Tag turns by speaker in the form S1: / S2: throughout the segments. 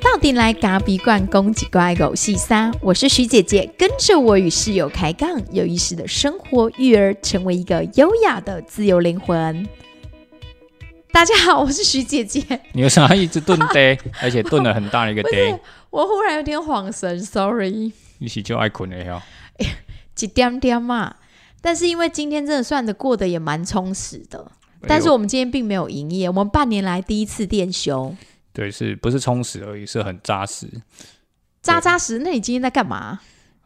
S1: 到底来嘎鼻罐攻几怪狗戏撒？我是徐姐姐，跟着我与室友开杠，有意识的生活育儿，成为一个优雅的自由灵魂。大家好，我是徐姐姐。
S2: 你为啥一直顿 呆，而且顿了很大的一个
S1: 不
S2: 呆
S1: 是？，我忽然有点恍神，sorry，
S2: 你是就爱困了哟。
S1: 几点点嘛。但是因为今天真的算的过得也蛮充实的，但是
S2: 哎呦
S1: 我们今天并没有营业，我们半年来第一次店休，
S2: 对，是不是充实而已，是很扎实。
S1: 扎扎实。那你今天在干嘛？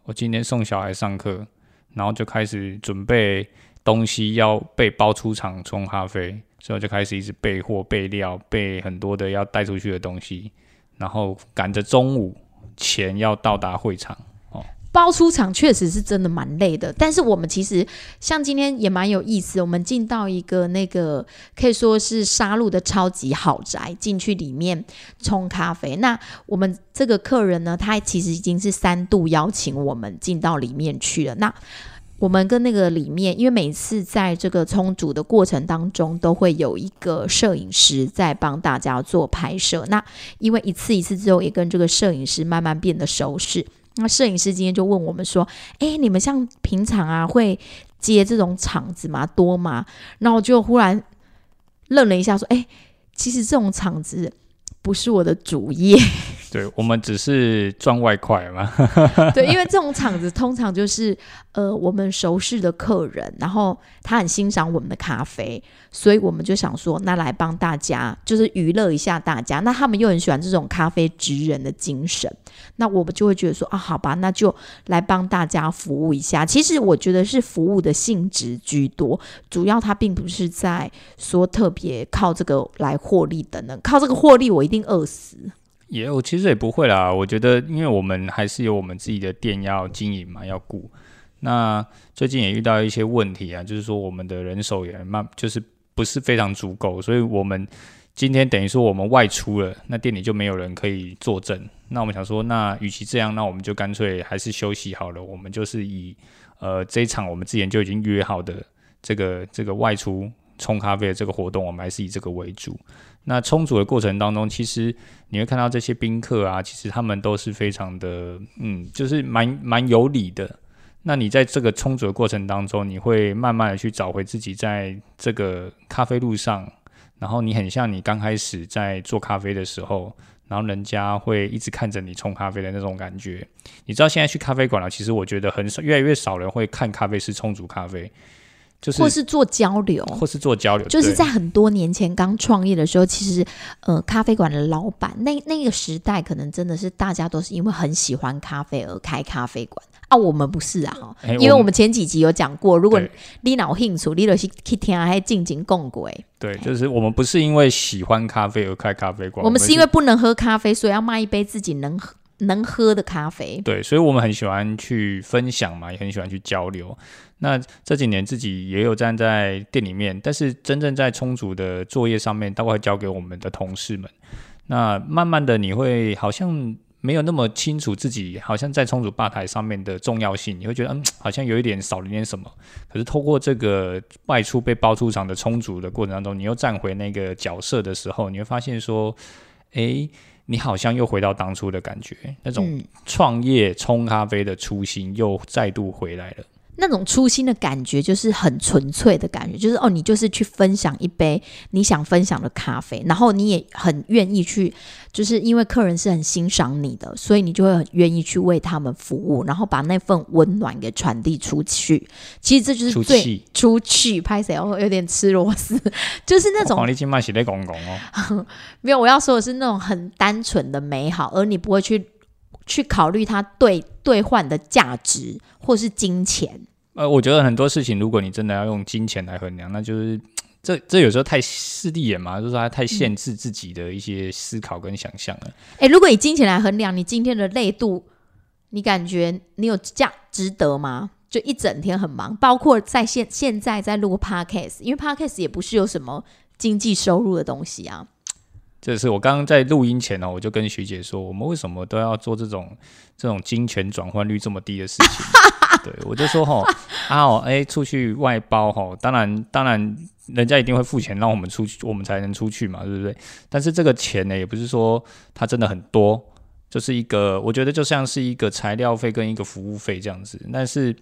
S2: 我今天送小孩上课，然后就开始准备东西要被包出厂冲咖啡，所以我就开始一直备货、备料、备很多的要带出去的东西，然后赶着中午前要到达会场。
S1: 包出厂确实是真的蛮累的，但是我们其实像今天也蛮有意思，我们进到一个那个可以说是杀戮的超级豪宅，进去里面冲咖啡。那我们这个客人呢，他其实已经是三度邀请我们进到里面去了。那我们跟那个里面，因为每次在这个冲煮的过程当中，都会有一个摄影师在帮大家做拍摄。那因为一次一次之后，也跟这个摄影师慢慢变得熟识。那摄影师今天就问我们说：“哎，你们像平常啊会接这种场子吗？多吗？”然后我就忽然愣了一下，说：“哎，其实这种场子不是我的主业，
S2: 对我们只是赚外快嘛。
S1: 对，因为这种场子通常就是呃我们熟识的客人，然后他很欣赏我们的咖啡，所以我们就想说，那来帮大家就是娱乐一下大家。那他们又很喜欢这种咖啡职人的精神，那我们就会觉得说啊，好吧，那就来帮大家服务一下。其实我觉得是服务的性质居多，主要它并不是在说特别靠这个来获利等等，靠这个获利我一定饿死。
S2: 也我其实也不会啦，我觉得因为我们还是有我们自己的店要经营嘛，要顾。那最近也遇到一些问题啊，就是说我们的人手也慢，就是不是非常足够，所以我们今天等于说我们外出了，那店里就没有人可以坐镇。那我们想说，那与其这样，那我们就干脆还是休息好了。我们就是以呃这一场我们之前就已经约好的这个这个外出冲咖啡的这个活动，我们还是以这个为主。那冲煮的过程当中，其实你会看到这些宾客啊，其实他们都是非常的，嗯，就是蛮蛮有理的。那你在这个冲煮的过程当中，你会慢慢的去找回自己在这个咖啡路上，然后你很像你刚开始在做咖啡的时候，然后人家会一直看着你冲咖啡的那种感觉。你知道现在去咖啡馆了，其实我觉得很少，越来越少人会看咖啡师冲煮咖啡，就是
S1: 或是做交流，
S2: 或是做交流，
S1: 哦就是
S2: 对
S1: 在很多年前刚创业的时候，其实呃，咖啡馆的老板那那个时代，可能真的是大家都是因为很喜欢咖啡而开咖啡馆啊。我们不是啊，哦
S2: 哎
S1: 因为
S2: 我
S1: 我们前几集有讲过，如果
S2: 对
S1: 你脑兴趣，你就是去听还进行共轨。
S2: 对，就是我们不是因为喜欢咖啡而开咖啡馆，
S1: 我们是因为不能喝咖啡，所以要卖一杯自己能喝能喝的咖啡。
S2: 对，所以我们很喜欢去分享嘛，也很喜欢去交流。那这几年自己也有站在店里面，但是真正在充足的作业上面，大概交给我们的同事们。那慢慢的，你会好像没有那么清楚自己好像在充足吧台上面的重要性，你会觉得嗯，好像有一点少了点什么。可是透过这个外出被包出场的充足的过程当中，你又站回那个角色的时候，你会发现说，诶，你好像又回到当初的感觉，那种
S1: 嗯，
S2: 创业冲咖啡的初心又再度回来了。
S1: 那种初心的感觉，就是很纯粹的感觉，就是哦，你就是去分享一杯你想分享的咖啡，然后你也很愿意去，就是因为客人是很欣赏你的，所以你就会很愿意去为他们服务，然后把那份温暖给传递出去。其实这就是
S2: 出
S1: 最
S2: 气，
S1: 出去拍谁哦，有点吃螺丝，就是那种
S2: 黄立金曼写在公公哦，
S1: 没有，我要说的是那种很单纯的美好，而你不会去去考虑它兑兑换的价值或是金钱。
S2: 呃，我觉得很多事情，如果你真的要用金钱来衡量，那就是这这有时候太势利眼嘛，就是它太限制自己的一些思考跟想象了。
S1: 哎，如果以金钱来衡量，你今天的累度，你感觉你有价值得吗？就一整天很忙，包括在现现在在录 podcast，因为 podcast 也不是有什么经济收入的东西啊。
S2: 这是我刚刚在录音前哦呢、我 就跟徐姐说，我们为什么都要做这种这种金钱转换率这么低的事情？对，我就说吼，啊哦，哎、出去外包吼，当然当然，人家一定会付钱让我们出去，我们才能出去嘛，对不对？但是这个钱呢，也不是说它真的很多，就是一个，我觉得就像是一个材料费跟一个服务费这样子。但是，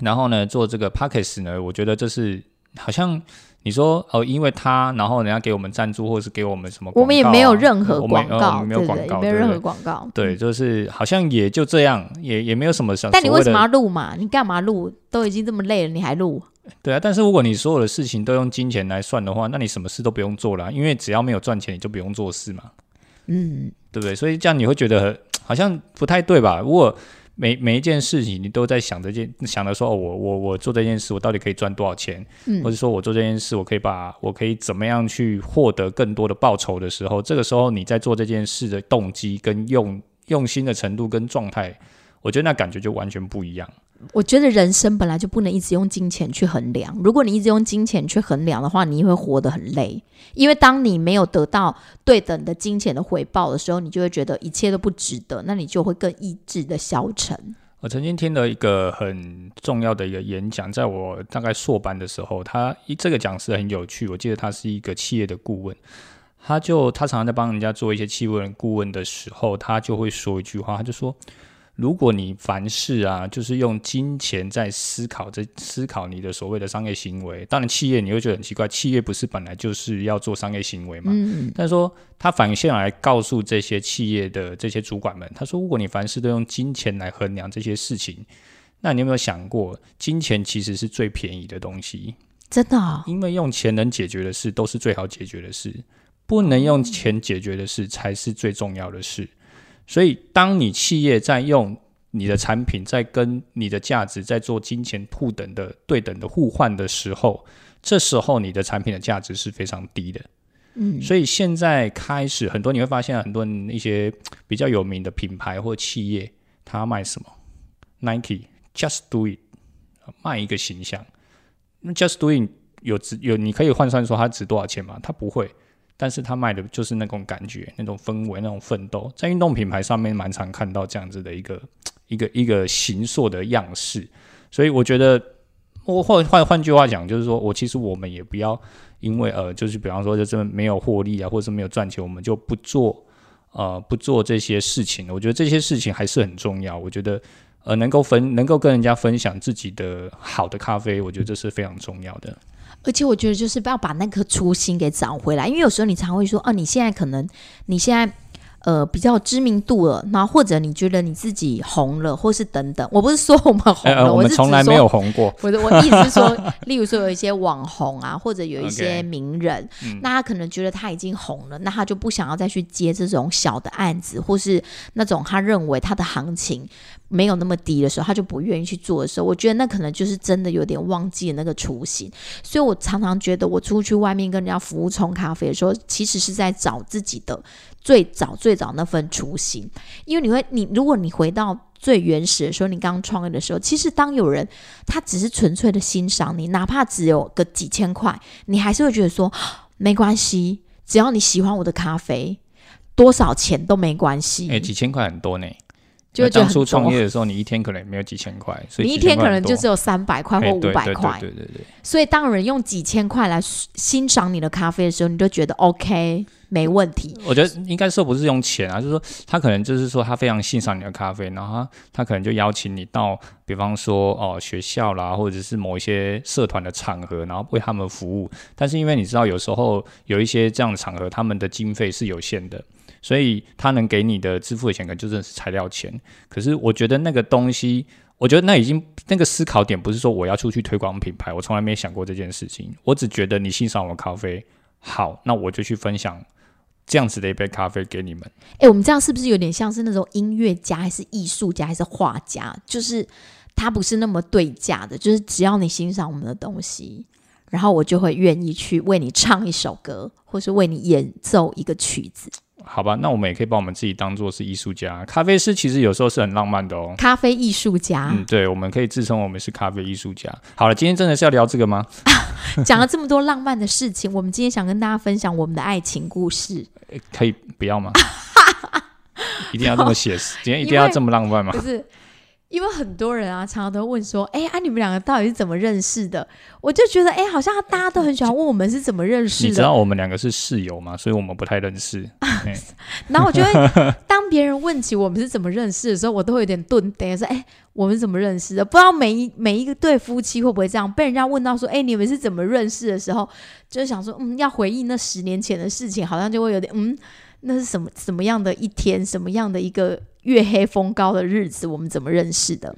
S2: 然后呢，做这个 p a c k a g e 呢，我觉得这是好像。你说哦，因为他，然后人家给我们赞助，或者是给我们什么、
S1: 我们也没有任何
S2: 啊我
S1: 广
S2: 们呃我
S1: 告，
S2: 们没
S1: 对不
S2: 有广
S1: 对？也
S2: 告，
S1: 没有
S2: 对不
S1: 任
S2: 对
S1: 何广告。
S2: 对，就是好像也就这样，也也没有什么想。
S1: 嗯但你为什么要
S2: 所谓
S1: 录嘛？你干嘛录？都已经这么累了，你还录？
S2: 的？对啊，但是如果你所有的事情都用金钱来算的话，那你什么事都不用做了啊、因为只要没有赚钱，你就不用做事嘛，
S1: 嗯，
S2: 对不对？所以这样你会觉得很好像不太对吧？如果每每一件事情你都在想这件，想着说哦，我我我做这件事，我到底可以赚多少钱，
S1: 嗯
S2: 或者说我做这件事，我可以把我可以怎么样去获得更多的报酬的时候，这个时候你在做这件事的动机跟用用心的程度跟状态，我觉得那感觉就完全不一样。
S1: 我觉得人生本来就不能一直用金钱去衡量。如果你一直用金钱去衡量的话，你会活得很累。因为当你没有得到对等的金钱的回报的时候，你就会觉得一切都不值得，那你就会更意志的消沉。
S2: 我曾经听了一个很重要的一个演讲，在我大概硕班的时候，他一这个讲师很有趣，我记得他是一个企业的顾问，他就他常常在帮人家做一些企业顾问的时候，他就会说一句话，他就说。如果你凡事啊，就是用金钱在思考这思考你的所谓的商业行为，当然企业你会觉得很奇怪，企业不是本来就是要做商业行为嘛？
S1: 嗯，
S2: 但是说他反向来告诉这些企业的这些主管们，他说：如果你凡事都用金钱来衡量这些事情，那你有没有想过，金钱其实是最便宜的东西？
S1: 真的哦、
S2: 因为用钱能解决的事都是最好解决的事，不能用钱解决的事才是最重要的事。所以，当你企业在用你的产品在跟你的价值在做金钱互等的对等的互换的时候，这时候你的产品的价值是非常低的。
S1: 嗯，
S2: 所以现在开始，很多你会发现，很多人一些比较有名的品牌或企业，它卖什么？Nike Just Do It，卖一个形象。那 Just Do It 有值有，你可以换算说它值多少钱吗？它不会，但是它卖的就是那种感觉、那种氛围、那种奋斗，在运动品牌上面蛮常看到这样子的一个一个一个形塑的样式。所以我觉得，我换换换句话讲，就是说我其实我们也不要因为呃，就是比方说就真的没有获利啊，或者是没有赚钱，我们就不做呃不做这些事情。我觉得这些事情还是很重要。我觉得呃能够分能够跟人家分享自己的好的咖啡，我觉得这是非常重要的。
S1: 而且我觉得就是要把那颗初心给找回来，因为有时候你常会说，哦、你现在可能你现在呃比较有知名度了，然后或者你觉得你自己红了，或是等等。我不是说我们红
S2: 呃，
S1: 了，
S2: 呃我们
S1: 是
S2: 从
S1: 指
S2: 来没
S1: 说
S2: 有红过。
S1: 我的我的意思是说， 例如说有一些网红啊，或者有一些
S2: OK
S1: 名人那他可能觉得他已经红了，那他就不想要再去接这种小的案子，或是那种他认为他的行情没有那么低的时候，他就不愿意去做的时候，我觉得那可能就是真的有点忘记了那个初心。所以我常常觉得，我出去外面跟人家服务冲咖啡的时候，其实是在找自己的最早最早那份初心，因为你会，你如果你回到最原始的时候，你刚创业的时候，其实当有人他只是纯粹的欣赏你，哪怕只有个几千块，你还是会觉得说 没关系，只要你喜欢我的咖啡，多少钱都没关系。
S2: 哎、几千块很多呢。
S1: 就会觉得
S2: 当
S1: 很
S2: 初创
S1: 多
S2: 业的时候，你一天可能也没有几千块，所以
S1: 你一
S2: 几千
S1: 天
S2: 块
S1: 可
S2: 很
S1: 能
S2: 多
S1: 就只有三百块或
S2: 哎
S1: 五
S2: 对
S1: 百
S2: 对
S1: 块，
S2: 对对对对。
S1: 所以当有人用几千块来欣赏你的咖啡的时候，你就觉得 OK 没问题。
S2: 我觉得应该说不是用钱啊，就是说他可能就是说他非常欣赏你的咖啡，然后他他可能就邀请你到，比方说哦学校啦，或者是某一些社团的场合，然后为他们服务。但是因为你知道有时候有一些这样的场合，他们的经费是有限的，所以他能给你的支付的钱可能就真的是材料钱。可是我觉得那个东西。我觉得那已经那个思考点不是说我要出去推广品牌，我从来没想过这件事情。我只觉得你欣赏我的咖啡好，那我就去分享这样子的一杯咖啡给你们。
S1: 哎，我们这样是不是有点像是那种音乐家，还是艺术家，还是画家？就是他不是那么对价的，就是只要你欣赏我们的东西，然后我就会愿意去为你唱一首歌，或是为你演奏一个曲子。
S2: 好吧，那我们也可以把我们自己当做是艺术家。咖啡师其实有时候是很浪漫的哦。
S1: 咖啡艺术家、
S2: 嗯，对，我们可以自称我们是咖啡艺术家。好了，今天真的是要聊这个吗？
S1: 讲了这么多浪漫的事情，我们今天想跟大家分享我们的爱情故事。
S2: 诶 可以不要吗？一定要这么写实？今天一定要这么浪漫吗
S1: 可？是因为很多人啊，常常都问说：“哎、啊，你们两个到底是怎么认识的？”我就觉得，哎、好像大家都很喜欢问我们是怎么认识
S2: 你
S1: 的。
S2: 知道我们两个是室友嘛，所以我们不太认识。
S1: 然后我就会，当别人问起我们是怎么认识的时候，我都会有点顿呆，说：“哎、我们是怎么认识的？”不知道每一每一个对夫妻会不会这样，被人家问到说：“哎、你们是怎么认识的时候？”就想说，嗯，要回忆那十年前的事情，好像就会有点，嗯，那是什么什么样的一天，什么样的一个月黑风高的日子，我们怎么认识的？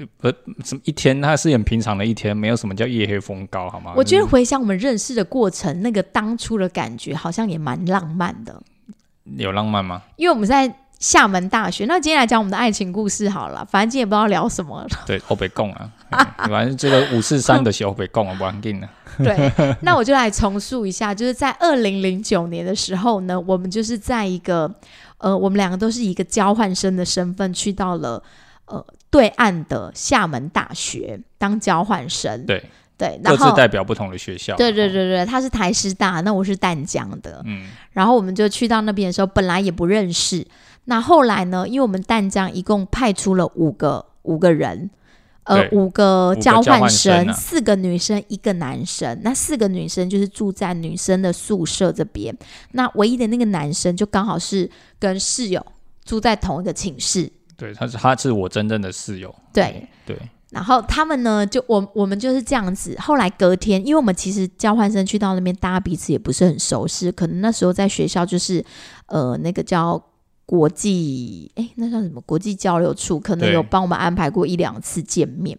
S2: 什么一天，它是很平常的一天，没有什么叫夜黑风高，好吗？
S1: 我觉得回想我们认识的过程，那个当初的感觉，好像也蛮浪漫的。
S2: 有浪漫吗？
S1: 因为我们在厦门大学。那今天来讲我们的爱情故事好了，反正今天也不知道聊什么了。
S2: 对，欧北贡 啊，嘿反正这个五四三的是欧北贡啊，不安定啊。
S1: 对， 那我就来重述一下，就是在二零零九年的时候呢，我们就是在一个呃，我们两个都是以一个交换生的身份去到了呃对岸的厦门大学当交换生。
S2: 对，
S1: 对，然
S2: 各
S1: 后
S2: 自代表不同的学校。
S1: 对对对对，他是台师大，那我是淡江的。
S2: 嗯，
S1: 然后我们就去到那边的时候，本来也不认识。那后来呢，因为我们淡江一共派出了五个五个人，呃
S2: 对，
S1: 五个
S2: 五个
S1: 交
S2: 交
S1: 换
S2: 换
S1: 生，
S2: 生啊
S1: 四个女生，一个男生。那四个女生就是住在女生的宿舍这边，那唯一的那个男生就刚好是跟室友住在同一个寝室。
S2: 对，他是他是我真正的室友。
S1: 对，
S2: 对，
S1: 然后他们呢，就我我们就是这样子。后来隔天，因为我们其实交换生去到那边，大家彼此也不是很熟识，可能那时候在学校就是呃那个叫国际哎那叫什么国际交流处，可能
S2: 对
S1: 有帮我们安排过一两次见面。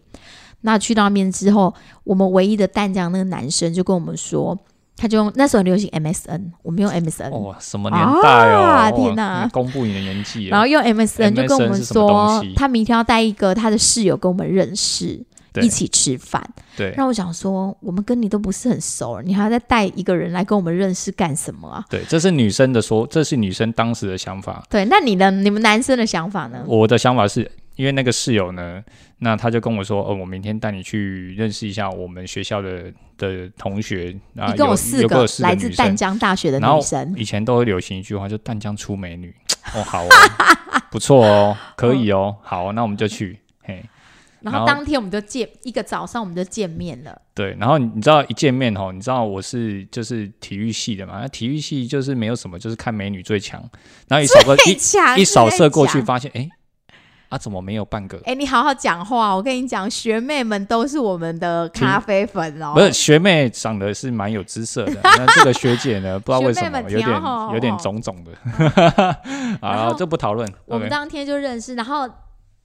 S1: 那去到那边之后，我们唯一的淡江那个男生就跟我们说，他就用那时候很流行 MSN，我们用 MSN，、
S2: 哇，什么年代哦！
S1: 嗯啊
S2: 哇
S1: 天哪
S2: 公布你的年纪了，
S1: 然后用 MSN 就跟我们
S2: MSN 是什么东
S1: 说
S2: 西，
S1: 他明天要带一个他的室友跟我们认识，
S2: 对
S1: 一起吃饭。
S2: 对
S1: 让我想说，我们跟你都不是很熟，你还要再带一个人来跟我们认识干什么啊？
S2: 对，这是女生的说，这是女生当时的想法。
S1: 对，那你呢？你们男生的想法呢？
S2: 我的想法是因为那个室友呢，那他就跟我说，哦，我明天带你去认识一下我们学校的的同学啊，
S1: 一共
S2: 有
S1: 四
S2: 有
S1: 个
S2: 有四
S1: 来自
S2: 女
S1: 淡
S2: 生。
S1: 江大学的
S2: 然后
S1: 女生，
S2: 以前都会流行一句话，就“淡江出 美女”，哦，好哦，不错哦，可以哦，好，那我们就去。嘿，
S1: 然
S2: 然
S1: 后
S2: 后
S1: 当天我们就见一个早上我们就见面了。
S2: 对，然后你知道一见面吼，你知道我是就是体育系的嘛，那体育系就是没有什么，就是看美女最强，然后一扫过
S1: 被
S2: 一
S1: 抢
S2: 一扫射过去，，
S1: 被抢
S2: 发现哎、诶啊怎么没有半个？
S1: 哎，你好好讲话，我跟你讲，学妹们都是我们的咖啡粉哦。
S2: 不是学妹长得是蛮有姿 色的，那这个学姐呢，不知道为什么
S1: 学妹们
S2: 有点
S1: 挑吼
S2: 有点
S1: 吼
S2: 肿肿的。
S1: 然
S2: 好，
S1: 后
S2: 这不讨论。
S1: 我们
S2: OK
S1: 当天就认识，然后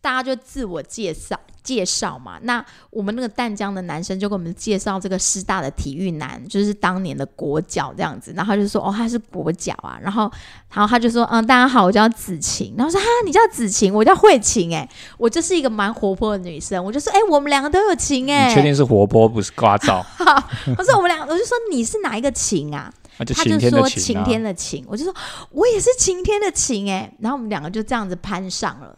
S1: 大家就自我介绍介绍嘛。那我们那个淡江的男生就给我们介绍这个师大的体育男，就是当年的国脚这样子。然后他就说哦，他是国脚啊。然后，然后他就说嗯，大家好，我叫子晴。然后我说哈，你叫子晴，我叫慧晴、哎，我就是一个蛮活泼的女生。我就说哎、我们两个都有情哎、
S2: 你确定是活泼不是刮噪？
S1: 我说我们两个，我就说你是哪一个情啊？
S2: 那就
S1: 他就
S2: 晴天的
S1: 说
S2: 晴
S1: 晴
S2: 啊。
S1: 天的晴，我就说我也是晴天的晴哎、然后我们两个就这样子攀上了，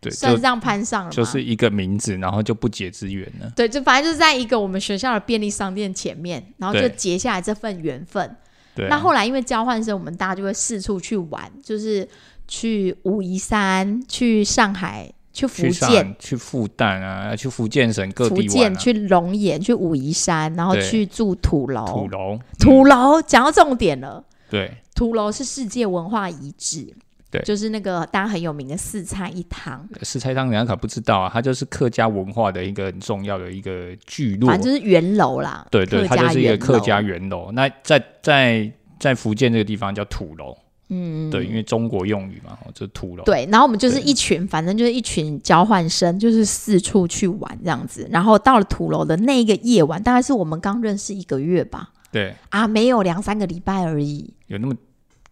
S2: 对，
S1: 算是
S2: 就
S1: 这样攀上了吗
S2: 就是一个名字，然后就不解之缘了。
S1: 对，就反正就是在一个我们学校的便利商店前面，然后就
S2: 对
S1: 结下来这份缘分。
S2: 对啊，
S1: 那后来因为交换生，我们大家就会四处去玩，就是去武夷山、去上海、去福
S2: 去上
S1: 建、
S2: 去复旦啊，去福建省各
S1: 福
S2: 地玩
S1: 建、
S2: 啊。
S1: 去龙岩、去武夷山，然后
S2: 对
S1: 去住土楼。
S2: 土楼，
S1: 哦
S2: 嗯
S1: 土楼讲到重点了，
S2: 对
S1: 土楼是世界文化遗址，
S2: 对
S1: 就是那个大家很有名的四菜一汤，
S2: 石菜汤人家可不知道啊，它就是客家文化的一个很重要的一个聚落
S1: 反正。就是园楼啦。
S2: 对对，
S1: 客
S2: 它就
S1: 家
S2: 是一个
S1: 园
S2: 客
S1: 楼
S2: 家园楼。那在在在福建这个地方叫土楼，
S1: 嗯，
S2: 对，因为中国用语嘛，哦这土楼。
S1: 对，然后我们就是
S2: 对
S1: 一群，反正就是一群交换生，就是四处去玩这样子。然后到了土楼的那一个夜晚，大概是我们刚认识一个月吧，
S2: 对，
S1: 啊，没有两三个礼拜而已，
S2: 有那么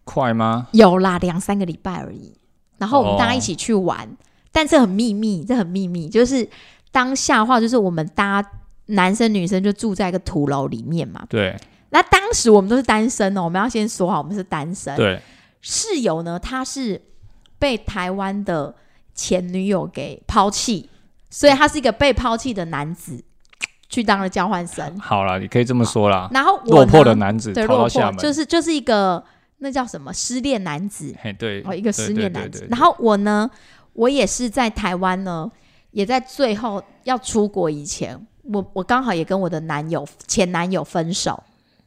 S2: 快吗？
S1: 有啦，两三个礼拜而已。然后我们大家
S2: 哦
S1: 一起去玩，但这很秘密，这很秘密，就是当下话就是我们大家男生女生就住在一个土楼里面嘛。
S2: 对
S1: 那当时我们都是单身哦，我们要先说好，我们是单身。
S2: 对，
S1: 室友呢，他是被台湾的前女友给抛弃，所以他是一个被抛弃的男子，去当了交换生。
S2: 好了，你可以这么说啦。
S1: 然后啊我
S2: 落
S1: 呢
S2: 魄的男子
S1: 对
S2: 逃
S1: 落
S2: 到
S1: 魄，
S2: 厦门，
S1: 就是就是一个那叫什么失恋男子
S2: 嘿，对
S1: 哦，一个
S2: 对
S1: 失
S2: 对
S1: 恋
S2: 对
S1: 男子
S2: 对。
S1: 然后我呢，我也是在台湾呢。也在最后要出国以前，我我刚好也跟我的男友前男友分手，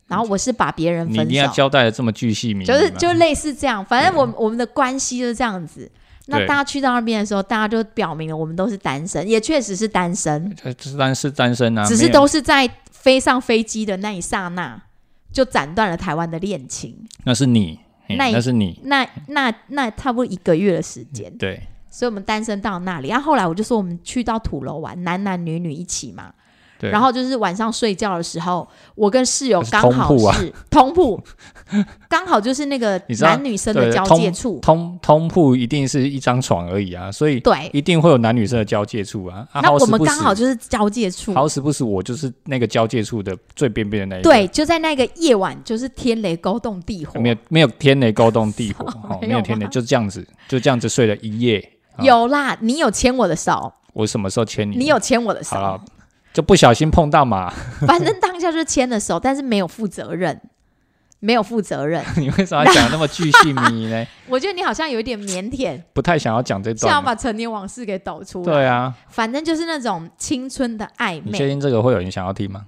S1: 然后我是把别人
S2: 你一
S1: 分
S2: 定要
S1: 手，
S2: 交代的这么巨细靡遗
S1: 就
S2: 吗，
S1: 是就类似这样，反正我们我们的关系就是这样子。那
S2: 对
S1: 大家去到那边的时候，大家就表明了我们都是单身，也确实是单身，
S2: 呃就是单是单身啊，
S1: 只
S2: 没
S1: 是
S2: 有
S1: 都是在飞上飞机的那一刹那就斩断了台湾的恋情。
S2: 那是你，嘿
S1: 那
S2: 那是你，
S1: 那那那差不多一个月的时间，
S2: 对，
S1: 所以我们单身到那里。然后后来我就说我们去到土楼玩，男男女女一起嘛。
S2: 对
S1: 然后就是晚上睡觉的时候，我跟室友刚好
S2: 那
S1: 是同铺，刚好就是那个
S2: 啊 你知道
S1: 男女生的
S2: 对
S1: 交
S2: 通
S1: 界处。
S2: 通通铺一定是一张床而已啊，所以
S1: 对，
S2: 一定会有男女生的交界处啊。啊
S1: 那
S2: 好
S1: 我
S2: 死
S1: 们
S2: 不
S1: 刚好
S2: 死，
S1: 就是交界处。
S2: 好死不死，我就是那个交界处的最边边的那一个。
S1: 对，就在那个夜晚，就是天雷勾动地火。
S2: 没有没有天雷勾动地火，哦，
S1: 没
S2: 没
S1: 有啊
S2: 有天雷，
S1: 吗
S2: 就这样子，就这样子睡了一夜。啊
S1: 有啦，你有牵我的手，
S2: 我什么时候牵你？
S1: 你有牵我的手
S2: 好 了，，就不小心碰到嘛。
S1: 反正当下就牵了手，但是没有负责任，没有负责任。
S2: 你为啥要讲得那么巨细靡遗呢？
S1: 我觉得你好像有一点腼腆，
S2: 不太想要讲这
S1: 想要
S2: 段了。
S1: 把陈年往事给抖出来。
S2: 对啊，
S1: 反正就是那种青春的暧
S2: 你确
S1: 昧，
S2: 定这个会有人想要听吗？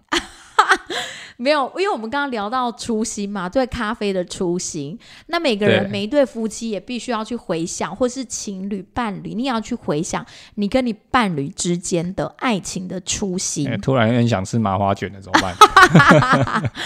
S1: 没有，因为我们刚刚聊到初心嘛，对咖啡的初心。那每个人
S2: 对
S1: 每一对夫妻也必须要去回想，或是情侣伴侣，你也要去回想你跟你伴侣之间的爱情的初心。
S2: 哎突然有点想吃麻花卷了，怎 么办？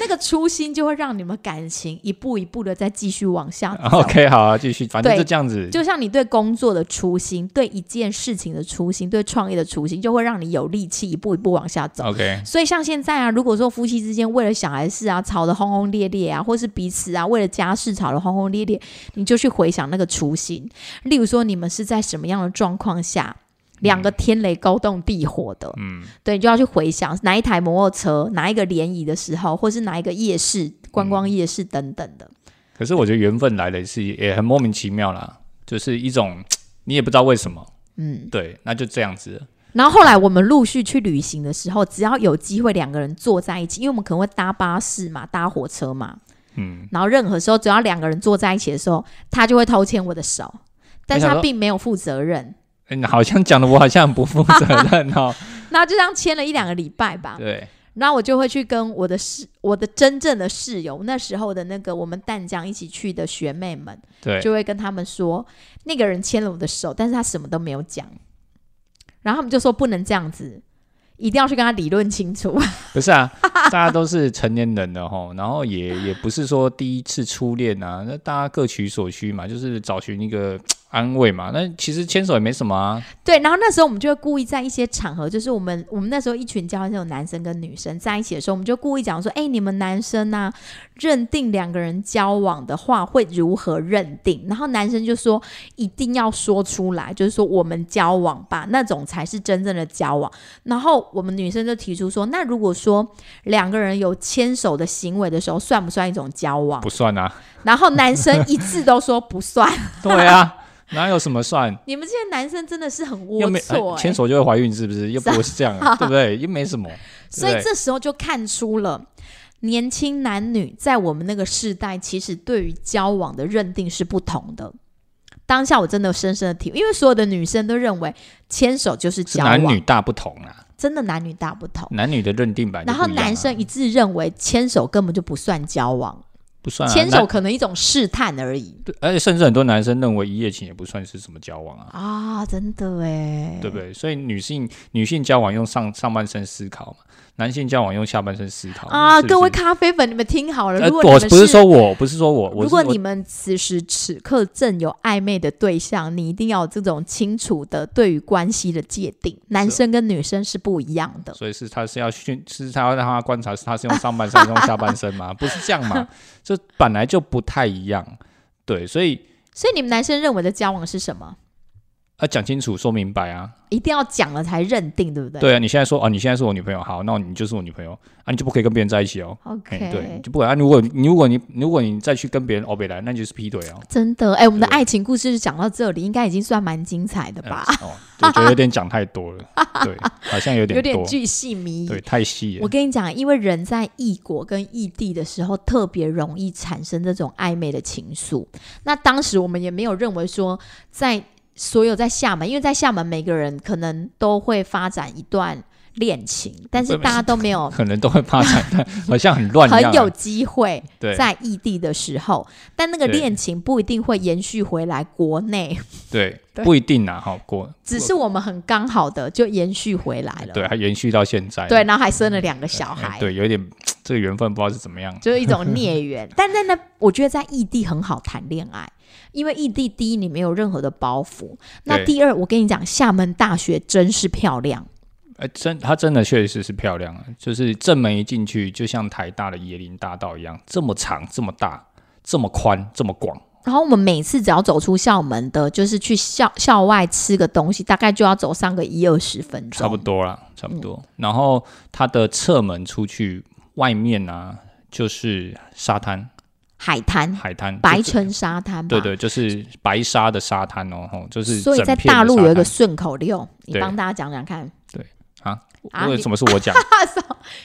S1: 那个初心就会让你们感情一步一步的再继续往下走。
S2: OK，好、啊，继续，反正
S1: 对
S2: 就这样子。
S1: 就像你对工作的初心，对一件事情的初心，对创业的初心，就会让你有力气一步一步往下走。
S2: OK，
S1: 所以像现在啊，如果说夫妻之间为了小孩事啊吵得轰轰烈烈啊，或是彼此啊为了家事吵得轰轰烈烈，你就去回想那个初心。例如说，你们是在什么样的状况下，两个天雷勾动地火的，
S2: 嗯，
S1: 对，你就要去回想哪一台摩托车，哪一个联谊的时候，或是哪一个夜市、观光夜市等等的。
S2: 可是我觉得缘分来的是也很莫名其妙啦，就是一种你也不知道为什么。
S1: 嗯，
S2: 对，那就这样子了。
S1: 然后后来我们陆续去旅行的时候，只要有机会两个人坐在一起，因为我们可能会搭巴士嘛，搭火车嘛，
S2: 嗯，
S1: 然后任何时候只要两个人坐在一起的时候，他就会偷牵我的手，但是
S2: 想
S1: 他
S2: 说
S1: 并没有负责任。
S2: 哎你好像讲的我好像很不负责任 哦。
S1: 那就这样牵了一两个礼拜吧，
S2: 对，
S1: 然后我就会去跟我的室，我的真正的室友，那时候的那个我们淡江一起去的学妹们，
S2: 对，
S1: 就会跟他们说，那个人牵了我的手，但是他什么都没有讲，然后他们就说不能这样子，一定要去跟他理论清楚。
S2: 不是啊，大家都是成年人了吼，然后也也不是说第一次初恋啊，那大家各取所需嘛，就是找寻一个安慰嘛。那其实牵手也没什么啊，
S1: 对，然后那时候我们就会故意在一些场合，就是我们我们那时候一群交换生有男生跟女生在一起的时候，我们就故意讲说，哎，你们男生呐、认定两个人交往的话会如何认定？然后男生就说一定要说出来，就是说我们交往吧，那种才是真正的交往。然后我们女生就提出说，那如果说两个人有牵手的行为的时候，算不算一种交往
S2: 不？算啊。
S1: 然后男生一致都说不算。
S2: 对啊，哪有什么算？
S1: 你们这些男生真的是很
S2: 又没
S1: 龌
S2: 哎
S1: 龊、哎。
S2: 牵、手就会怀孕是不是？又不是这样、 啊，对不对？又没什么。
S1: 所以
S2: 对
S1: 这时候就看出了年轻男女在我们那个世代，其实对于交往的认定是不同的。当下我真的深深的体会，因为所有的女生都认为牵手就是
S2: 是
S1: 交
S2: 男女
S1: 往，
S2: 大不同啊，
S1: 真的男女大不同。
S2: 男女的认定版、
S1: 然后男生一致认为牵手根本就不算交往，
S2: 不算啊，
S1: 牵
S2: 男
S1: 手，可能一种试探而已
S2: 对而且甚至很多男生认为一夜情也不算是什么交往啊，
S1: 啊！真的哎，
S2: 对不对？所以女性女性交往用上上半身思考嘛，男性交往用下半身思考
S1: 啊，
S2: 是不是
S1: 各位咖啡粉，你们听好了，
S2: 呃，
S1: 如果你
S2: 我
S1: 们
S2: 不是说我，不是说我，
S1: 如
S2: 我是
S1: 果
S2: 我
S1: 你们此时此刻正有暧昧的对象，你一定要有这种清楚的对于关系的界定，男生跟女生是不一样的。
S2: 所以是他是要训，是他要让他观察，是他是用上半身还是用下半身嘛？不 是这样嘛？这本来就不太一样，对，所以
S1: 所以你们男生认为的交往是什么？
S2: 要啊讲清楚，说明白啊。
S1: 一定要讲了才认定，对不对？
S2: 对啊，你现在说哦，你现在是我女朋友，好，那你就是我女朋友啊，你就不可以跟别人在一起哦。
S1: ，OK，
S2: 哎、对，就不管啊。如果你如果你如果你再去跟别人欧北来，那你就是劈腿哦。
S1: 真的，哎，我们的
S2: 对
S1: 爱情故事就讲到这里，应该已经算蛮精彩的
S2: 呃
S1: 吧？
S2: 哦，对我觉得有点讲太多了， 对，好像哎有
S1: 有
S2: 点
S1: 点
S2: 多，
S1: 巨细靡
S2: 对，
S1: 遗。
S2: 太细
S1: 我
S2: 了。
S1: 跟你讲，因为人在异国跟异地的时候，特别容易产生这种暧昧的情愫。那当时我们也没有认为说在所有在厦门，因为在厦门每个人可能都会发展一段恋情，但是大家都没有
S2: 可能都会发展， 但好像很 乱一样
S1: 很
S2: 啊。
S1: 有机会
S2: 对
S1: 在异地的时候，但那个
S2: 对
S1: 恋情不一定会延续回来国内，
S2: 对，
S1: 对
S2: 不一定啊，哈，过
S1: 只是我们很刚好的就延续回来了。
S2: 对，还延续到现在。
S1: 对，然后还生了两个小
S2: 哎，
S1: 孩，
S2: 对，有一点这个缘分不知道是怎么样。
S1: 就是一种孽 缘。但在那，我觉得在异地很好谈恋爱，因为异地第一你没有任何的包袱，那
S2: 对
S1: 第二我跟你讲，厦门大学真是漂亮，
S2: 哎，真，它真的确实是漂亮啊！就是正门一进去，就像台大的椰林大道一样，这么长，这么大，这么宽，这么广。
S1: 然后我们每次只要走出校门的，就是去校校外吃个东西，大概就要走上个一二十分钟，
S2: 差不。多啦，差不多。嗯然后它的侧门出去外面啊，就是沙滩、
S1: 海滩、
S2: 海滩，
S1: 嗯白
S2: 就是
S1: 城沙滩吧，
S2: 对对，就是白沙的沙滩哦，吼就是
S1: 所以
S2: 整
S1: 在
S2: 片的
S1: 大陆
S2: 沙
S1: 有一个
S2: 滩
S1: 顺口溜，你
S2: 对
S1: 帮大家讲讲看。 啊
S2: 啊，为
S1: 你
S2: 什么是我讲？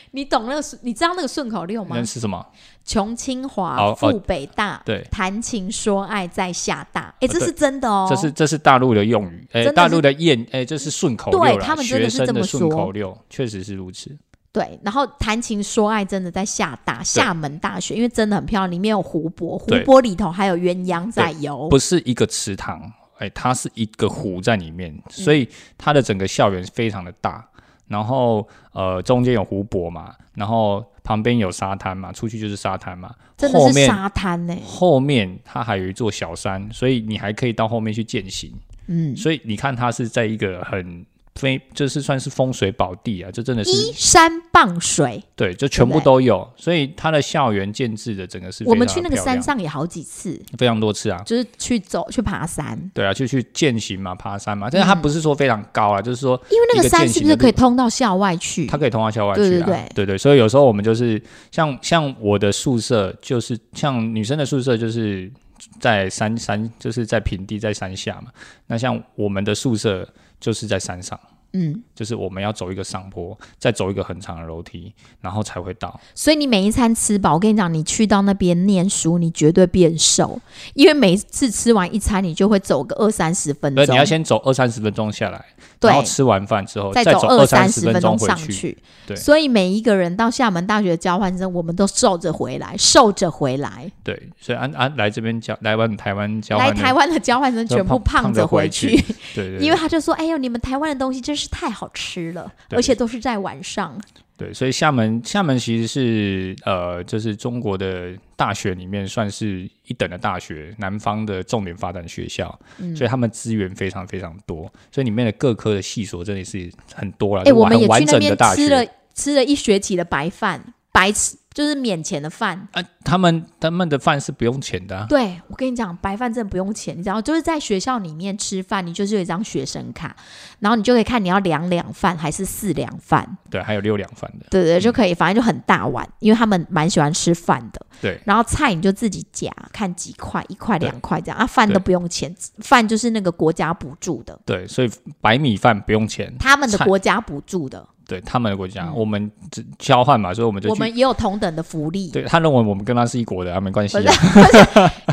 S1: 你懂那个顺，你知道那个顺口溜吗
S2: 那？是什么？
S1: 穷清华，
S2: 哦
S1: 富
S2: 哦
S1: 北大，
S2: 对
S1: 谈情说爱在厦大。哎，
S2: 呃
S1: 这是真的哦，
S2: 这是这是大陆的用语，哎、
S1: 真的是
S2: 大陆的谚，哎、这是顺口溜
S1: 对
S2: 啦
S1: 他们真
S2: 学
S1: 的是这
S2: 生
S1: 么
S2: 的
S1: 说
S2: 顺口溜，确实是如此。
S1: 对，然后谈情说爱真的在厦大厦门大学，因为真的很漂亮，里面有湖泊，湖
S2: 对
S1: 泊里头还有鸳鸯在游。
S2: 不是一个池塘，哎、它是一个湖在里
S1: 嗯
S2: 面，所以它的整个校园非常的大。然后呃，中间有湖泊嘛，然后旁边有沙滩嘛，出去就是沙滩嘛。
S1: 真的
S2: 后
S1: 是
S2: 面
S1: 沙滩欸呢、
S2: 后面它还有一座小山，所以你还可以到后面去践行。
S1: 嗯，
S2: 所以你看，它是在一个很非，就是算是风水宝地啊，这真的是
S1: 依山傍水，
S2: 对，就全部
S1: 对不对
S2: 都有。所以它的校园建制的整个是非常
S1: 我们去那个
S2: 漂亮
S1: 山上也好几次，
S2: 非常多次啊，
S1: 就是去走去爬山，
S2: 对啊，就去践行嘛，爬山嘛，但是它
S1: 嗯
S2: 不是说非常高啊，就是说
S1: 因为那
S2: 一
S1: 个
S2: 个
S1: 山
S2: 践
S1: 是
S2: 行
S1: 不是
S2: 的
S1: 可以
S2: 路
S1: 通到校外去？
S2: 它可以通到校外去
S1: 对
S2: 啊，
S1: 对对
S2: 所以有时候我们就是像像我的宿舍，就是像女生的宿舍就是在山山，就是在平地，在山下嘛。那像我们的宿舍就是在山上。
S1: 嗯，
S2: 就是我们要走一个上坡，再走一个很长的楼梯，然后才会到。
S1: 所以你每一餐吃饱，我跟你讲，你去到那边念书，你绝对变瘦，因为每次吃完一餐，你就会走个二三十分
S2: 所以
S1: 钟。
S2: 你要先走二三十分钟下来，
S1: 嗯对
S2: 然后吃完饭之后
S1: 再
S2: 走
S1: 走二
S2: 三
S1: 三
S2: 十
S1: 十分钟
S2: 钟回
S1: 上去。
S2: 对
S1: 所以每一个人到厦门大学的交换生，我们都瘦着回来，瘦着回来。
S2: 对，所以安安来这边交来完台湾交换
S1: 来
S2: 的，
S1: 台湾的交换生全部
S2: 都胖
S1: 着回
S2: 胖着回 对对
S1: 因
S2: 对
S1: 为他就说：“哎呦，你们台湾的东西真是太好吃了，
S2: 对啊
S1: 而且都是在晚上。
S2: 对，所以厦门厦门其实是呃，就是中国的大学里面算是一等的大学，南方的重点发展学校，
S1: 嗯
S2: 所以他们资源非常非常多，所以里面的各科的系所真的是很多了。”
S1: 哎，
S2: 就
S1: 我
S2: 完
S1: 们也
S2: 完
S1: 去那
S2: 整的
S1: 边
S2: 大
S1: 吃
S2: 学
S1: 了吃了一学期的白饭，白吃就是免钱的饭。
S2: 啊，他们他们的饭是不用钱的、啊，
S1: 对我跟你讲，白饭真的不用钱，你知道，就是在学校里面吃饭，你就是有一张学生卡，然后你就可以看你要两两饭还是四两饭。
S2: 对，还有六两饭的，嗯
S1: 对对，就可以，反正就很大碗，因为他们蛮喜欢吃饭的。
S2: 对
S1: 然后菜你就自己夹，看几块，一块
S2: 对
S1: 两块这样啊，饭都
S2: 对
S1: 不用钱，饭就是那个国家补助的，
S2: 对，所以白米饭不用钱，
S1: 他们的
S2: 菜
S1: 国家补助的，
S2: 对他们的国家，
S1: 嗯
S2: 我们只交换嘛，所以我们就
S1: 我
S2: 去
S1: 们也有同等的福利。
S2: 对他认为我们跟他是一国的啊，没关系
S1: 不是
S2: 啊，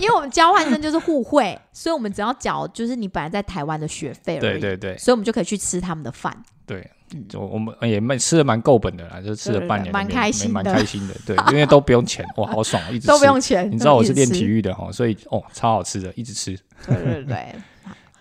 S1: 因为我们交换生就是互惠， 所以我们只要缴就是你本来在台湾的学费而已，
S2: 对对对
S1: 所以我们就可以去吃他们的饭。
S2: 对，就我们呃也蛮吃的蛮够本的啦，就吃了
S1: 对
S2: 半年的
S1: 蛮
S2: 面，
S1: 开心的
S2: 蛮开心的，对，因为都不用钱，哇，好爽，啊一直
S1: 都不
S2: 吃
S1: 用钱，
S2: 你知道我是练体
S1: 育。
S2: 育的哈，所以哦，超好吃的，一直吃，
S1: 对对 对，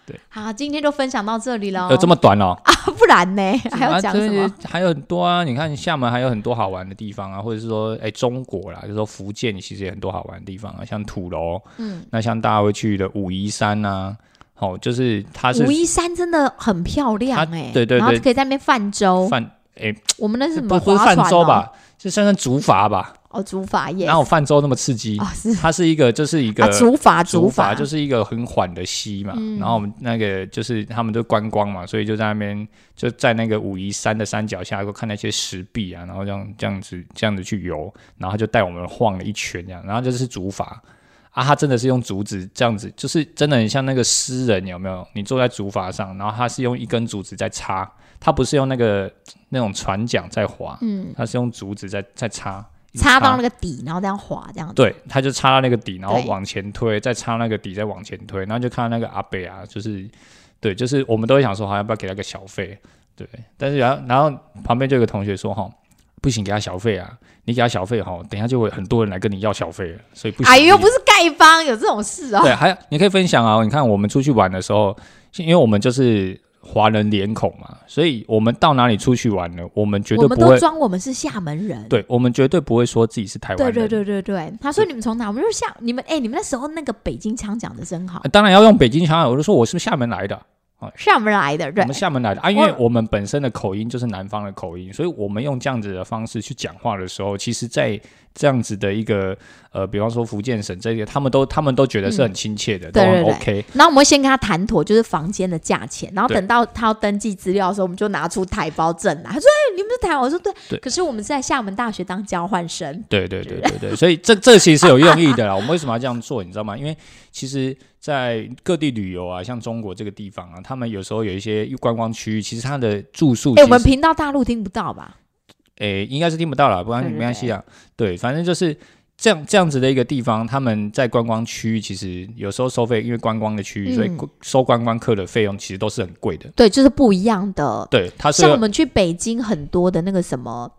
S2: 对
S1: 好，好，今天就分享到这里喽。
S2: 呃，这么短哦，
S1: 不然呢？还要
S2: 啊
S1: 讲
S2: 这
S1: 什么？
S2: 还有很多啊，你看厦门还有很多好玩的地方啊，或者是说，哎，中国啦，就是说福建其实也很多好玩的地方啊，像土楼，
S1: 嗯，
S2: 那像大家会去的武夷山啊，哦，就是它是
S1: 武夷山真的很漂亮
S2: 它
S1: 哎、
S2: 对对
S1: 然后
S2: 对
S1: 可以在那边泛舟。
S2: 泛，哎，
S1: 我们那是什么
S2: 不不是
S1: 划
S2: 泛
S1: 船
S2: 舟
S1: 哦？
S2: 吧，是算是竹筏吧。
S1: 哦，竹筏耶。
S2: 哪有泛舟那么刺激？
S1: 啊是
S2: 它是一个，就是一个
S1: 啊，竹筏
S2: 竹
S1: 筏
S2: 筏，就是一个很缓的溪嘛。
S1: 嗯
S2: 然后我们那个就是他们就观光嘛，所以就在那边就在那个武夷山的山脚下，就看那些石壁啊，然后这样这样子这样子去游，然后他就带我们晃了一圈这样，然后就是竹筏。啊，它真的是用竹子这样子，就是真的很像那个诗人有没有？你坐在竹筏上，然后它是用一根竹子在插，它不是用那个那种船桨在划，
S1: 嗯，
S2: 它是用竹子在在插，一直
S1: 插到那个底，然后这样划这样子。
S2: 对，他就插到那个底，然后
S1: 对
S2: 往前推，再插那个底，再往前推，然后就看到那个阿北啊，就是对，就是我们都会想说，好要不要给他个小费？对，但是然后然后旁边就有个同学说，哈，不行，给他小费啊，你给他小费哈，等一下就会很多人来跟你要小费了，所以不行。
S1: 哎呦，不是丐帮有这种事哦。
S2: 对，还有你可以分享啊！你看我们出去玩的时候，因为我们就是华人脸孔嘛，所以我们到哪里出去玩呢？我们绝
S1: 我
S2: 对
S1: 们
S2: 不
S1: 都
S2: 会，
S1: 装我们是厦门人。
S2: 对我们绝对不会说自己是台湾
S1: 对
S2: 人。
S1: 对对对对，他说你们从哪？我们就是厦，你们哎、你们那时候那个北京腔讲的真好
S2: 呃，当然要用北京腔啊，我就说我是厦门来的，
S1: 厦门来的，
S2: 我
S1: 对
S2: 们厦门来的啊，因为
S1: 我
S2: 我们本身的口音就是南方的口音，所以我们用这样子的方式去讲话的时候，其实，在这样子的一个呃，比方说福建省这些，他们都他们都觉得是很亲切的，
S1: 嗯
S2: 都
S1: 对对
S2: 很
S1: 对
S2: OK。
S1: 然后我们会先跟他谈妥，就是房间的价钱，然后
S2: 对
S1: 等到他要登记资料的时候，我们就拿出台胞证来。他说：“哎、你们是台湾？”我说：“对。
S2: 对
S1: 可是我们是在厦门大学当交换生。
S2: 对对对对对，所以这这其实是有用意的啦。我们 为什么要这样做？你知道吗？因为其实，在各地旅游啊，像中国这个地方啊，他们有时候有一些观光区域，其实它的住宿
S1: 哎、
S2: 其
S1: 我们
S2: 实
S1: 频道大陆听不到吧？
S2: 诶、应该是听不到啦，不然
S1: 对对
S2: 没关系啊。对，反正就是这样这样子的一个地方，他们在观光区域其实有时候收费，因为观光的区域，所以
S1: 嗯
S2: 收观光客的费用其实都是很贵的。
S1: 对，就是不一样的。
S2: 对，它是
S1: 像我
S2: 个
S1: 们去北京很多的那个什么，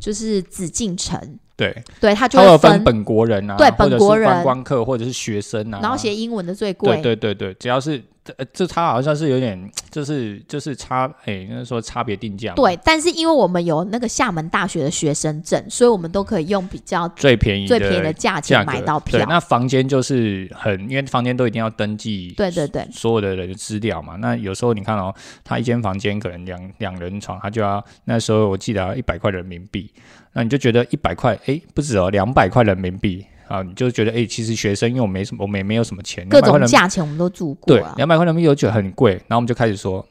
S1: 就是紫禁城，
S2: 对，
S1: 对，他就
S2: 它会
S1: 会
S2: 有分本国人啊，
S1: 对
S2: 或者
S1: 本
S2: 是
S1: 国人
S2: 观光客或者是学生啊，
S1: 然后写英文的最贵。
S2: 对对对对，只要是呃，这它好像是有点，就是就是差，哎、应该说差别定价嘛，
S1: 对但是因为我们有那个厦门大学的学生证，所以我们都可以用比较
S2: 最便宜
S1: 最便宜的价
S2: 价
S1: 钱
S2: 格
S1: 买到
S2: 对，
S1: 票。
S2: 那房间就是很，因为房间都一定要登记，
S1: 对对对，
S2: 所有的人的资料嘛。那有时候你看哦，他一间房间可能两两人床，他就要那时候我记得一百块人民币，那你就觉得一百块，哎，不止哦，两百块人民币啊，你就觉得哎，其实学生因为我没什么，我们也没有什么钱，
S1: 各
S2: 200块
S1: 种
S2: 人
S1: 价钱我们都住过
S2: 对
S1: 啊，。
S2: 两百块人民币有酒很贵，然后我们就开始说，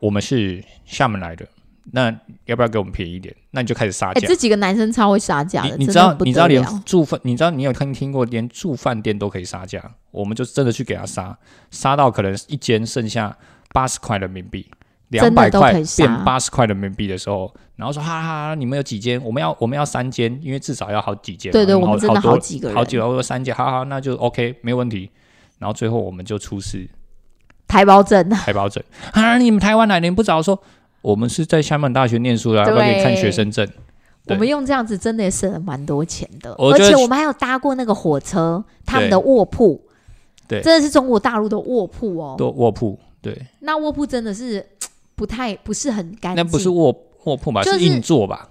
S2: 我们是厦门来的，那要不要给我们便宜一点？那你就开始杀
S1: 哎、
S2: 价。
S1: 这几个男生超会杀价的，
S2: 你你
S1: 真
S2: 知
S1: 的
S2: 道
S1: 不
S2: 你知
S1: 得
S2: 道连
S1: 了
S2: 住饭你知道你有听听过连住饭店都可以杀价，我们就真的去给他杀，杀到可能一间剩下八十块人民币，两
S1: 真
S2: 百
S1: 的都
S2: 块
S1: 可以杀
S2: 变八十块人民币的时候，然后说哈哈，你们有几间？我们要我们要三间，因为至少要好几间嘛。
S1: 对对，
S2: 你
S1: 我们真的
S2: 好
S1: 好
S2: 多
S1: 几个人，
S2: 好几个，我说三间，哈哈，那就 OK 没问题。然后最后我们就出事，
S1: 台胞证啊，
S2: 台胞证啊！你们台湾来的，你不早说，我们是在厦门大学念书的啊，要
S1: 对
S2: 不要给你看学生证？
S1: 我
S2: 对
S1: 们用这样子真的也省了蛮多钱的，
S2: 我
S1: 而
S2: 觉得
S1: 且我们还有搭过那个火车，他们的卧铺，
S2: 对
S1: 真的是中国大陆的卧铺哦，
S2: 都卧铺，对，
S1: 那卧铺真的是嘖不太不是很干净，
S2: 那不是卧卧铺吧？
S1: 就是
S2: 是硬座吧？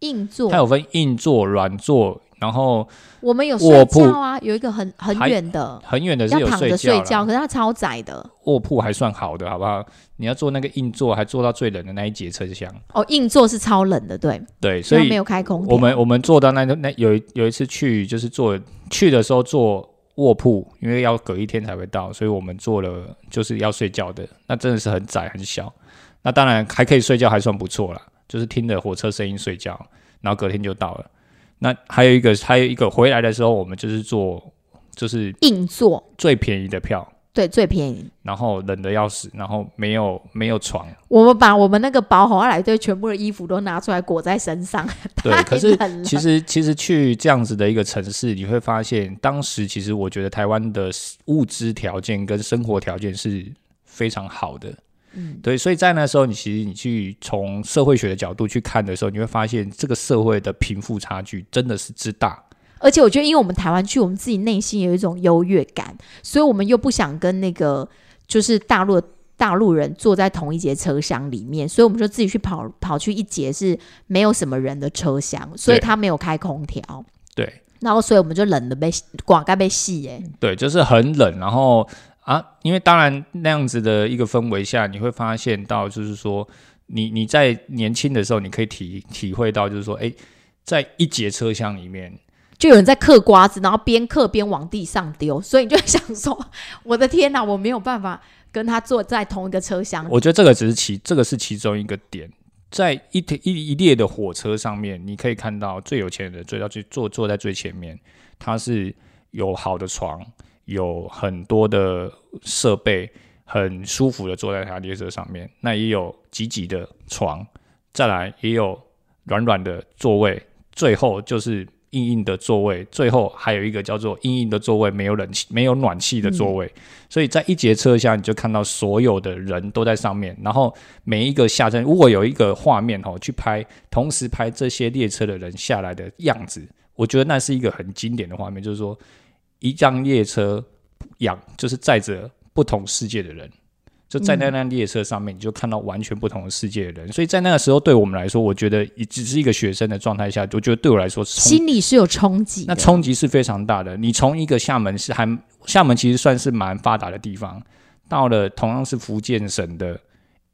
S1: 硬座
S2: 它，有分硬座、软座，然后
S1: 我们有
S2: 卧
S1: 睡
S2: 铺
S1: 觉啊，有一个很很
S2: 还
S1: 远的。
S2: 很远的是
S1: 要
S2: 有
S1: 躺
S2: 睡
S1: 着睡
S2: 觉
S1: 觉，
S2: 啦。
S1: 可是它超窄的
S2: 卧铺还算好的，好不好？你要坐那个硬座，还坐到最冷的那一节车厢，
S1: 哦，硬座是超冷的，对，
S2: 对，
S1: 因
S2: 所
S1: 为它没
S2: 以
S1: 有开空调。
S2: 我们我们坐到那那有一有一次去就是坐去的时候坐。卧铺，因为要隔一天才会到，所以我们坐了就是要睡觉的，那真的是很窄很小。那当然还可以睡觉，还算不错啦，就是听着火车声音睡觉，然后隔天就到了。那还有一个还有一个回来的时候，我们就是坐就是
S1: 硬座
S2: 最便宜的票，
S1: 对最便宜，
S2: 然后冷的要死，然后没有没有床，
S1: 我们把我们那个薄荷来对全部的衣服都拿出来裹在身上，
S2: 对
S1: 太
S2: 可是
S1: 冷了
S2: 其实，其实去这样子的一个城市，你会发现，当时其实我觉得台湾的物资条件跟生活条件是非常好的。
S1: 嗯
S2: 对，所以在那时候，你其实你去从社会学的角度去看的时候，你会发现这个社会的贫富差距真的是之大。
S1: 而且我觉得，因为我们台湾去，我们自己内心有一种优越感，所以我们又不想跟那个就是大陆大陆人坐在同一节车厢里面，所以我们就自己去跑跑去一节是没有什么人的车厢，所以他没有开空调，
S2: 对
S1: 然后所以我们就冷的被广该被戏哎，
S2: 对，就是很冷，然后啊，因为当然那样子的一个氛围下，你会发现到就是说，你你在年轻的时候，你可以体体会到就是说，哎，在一节车厢里面。
S1: 就有人在嗑瓜子，然后边嗑边往地上丢，所以你就会想说，我的天哪，我没有办法跟他坐在同一个车厢
S2: 我觉得这个只是其这个是其中一个点，在一天一一列的火车上面，你可以看到最有钱的人最要去坐坐在最前面，他是有好的床，有很多的设备，很舒服的坐在他列车上面。那也有挤挤的床，再来也有软软的座位，最后就是硬硬的座位，最后还有一个叫做硬硬的座位，没有冷气、没有暖气的座位。所以在一节车厢，你就看到所有的人都在上面，然后每一个下车，如果有一个画面哦去拍，同时拍这些列车的人下来的样子，我觉得那是一个很经典的画面，就是说一辆列车养就是载着不同世界的人。就在那辆列车上面，你就看到完全不同的世界的人，所以在那个时候，对我们来说，我觉得也只是一个学生的状态下，我觉得对我来说冲
S1: 心里是有冲击的。
S2: 那冲击是非常大的。你从一个厦门是还厦门其实算是蛮发达的地方，到了同样是福建省的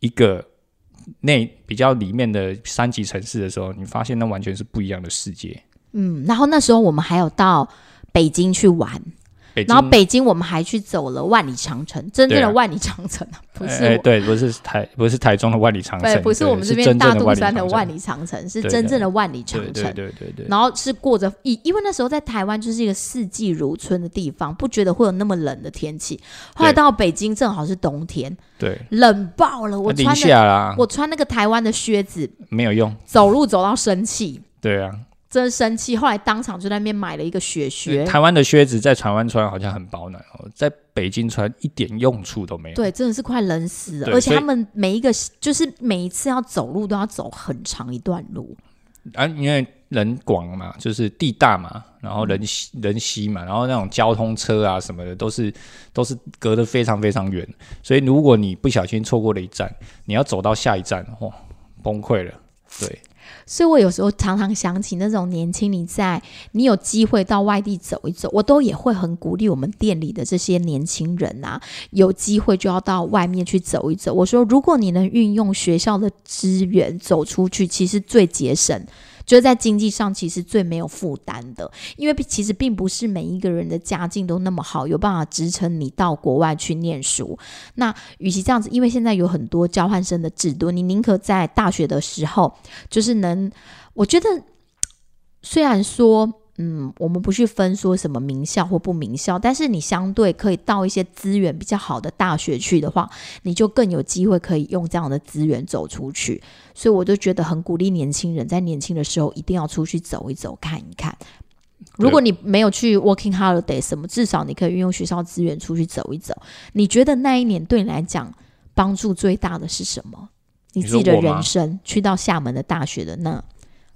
S2: 一个内比较里面的三级城市的时候，你发现那完全是不一样的世界。
S1: 嗯，然后那时候我们还有到北京去玩，
S2: 北京
S1: 然后北京我们还去走了万里长城，真正
S2: 对
S1: 的
S2: 啊
S1: 万里长城啊，不是
S2: 哎哎
S1: 我。
S2: 对，不是台不是台中的万里长
S1: 对，
S2: 城，
S1: 不是
S2: 对
S1: 我们这边
S2: 真
S1: 大
S2: 正的
S1: 肚山的
S2: 万
S1: 万
S2: 里
S1: 里长城，是
S2: 对
S1: 真
S2: 对
S1: 正的万里
S2: 长
S1: 长
S2: 城，对
S1: 城
S2: 对。对对对。
S1: 然后是过着因因为那时候在台湾就是一个四季如春的地方，不觉得会有那么冷的天气。后来
S2: 对
S1: 到北京正好是冬天，
S2: 对，
S1: 冷爆了，我
S2: 零
S1: 穿的
S2: 下啦，
S1: 我穿那个台湾的靴子
S2: 没有用。
S1: 走路走到生气，
S2: 对啊，
S1: 真生气。后来当场就在那边买了一个雪靴，
S2: 台湾的靴子在台湾穿好像很保暖哦，在北京穿一点用处都没有。
S1: 对，真的是快冷死了。
S2: 对
S1: 而且
S2: 所以
S1: 他们每一个就是每一次要走路都要走很长一段路，
S2: 啊，因为人广嘛，就是地大嘛，然后
S1: 嗯
S2: 人稀人稀嘛，然后那种交通车啊什么的都是都是隔得非常非常远，所以如果你不小心错过了一站，你要走到下一站，哇、崩溃了。对，
S1: 所以我有时候常常想起那种年轻，你在你有机会到外地走一走，我都也会很鼓励我们店里的这些年轻人啊，有机会就要到外面去走一走。我说，如果你能运用学校的资源走出去，其实最节省。就是在经济上其实最没有负担的，因为其实并不是每一个人的家境都那么好，有办法支撑你到国外去念书。那与其这样子，因为现在有很多交换生的制度，你宁可在大学的时候就是能，我觉得虽然说。嗯，我们不去分说什么名校或不名校，但是你相对可以到一些资源比较好的大学去的话，你就更有机会可以用这样的资源走出去。所以我就觉得很鼓励年轻人在年轻的时候一定要出去走一走、看一看。如果你没有去 working holiday 什么，至少你可以运用学校资源出去走一走。你觉得那一年对你来讲帮助最大的是什么？你
S2: 你
S1: 自己
S2: 说
S1: 的
S2: 我吗
S1: 人生去到厦门的大学的那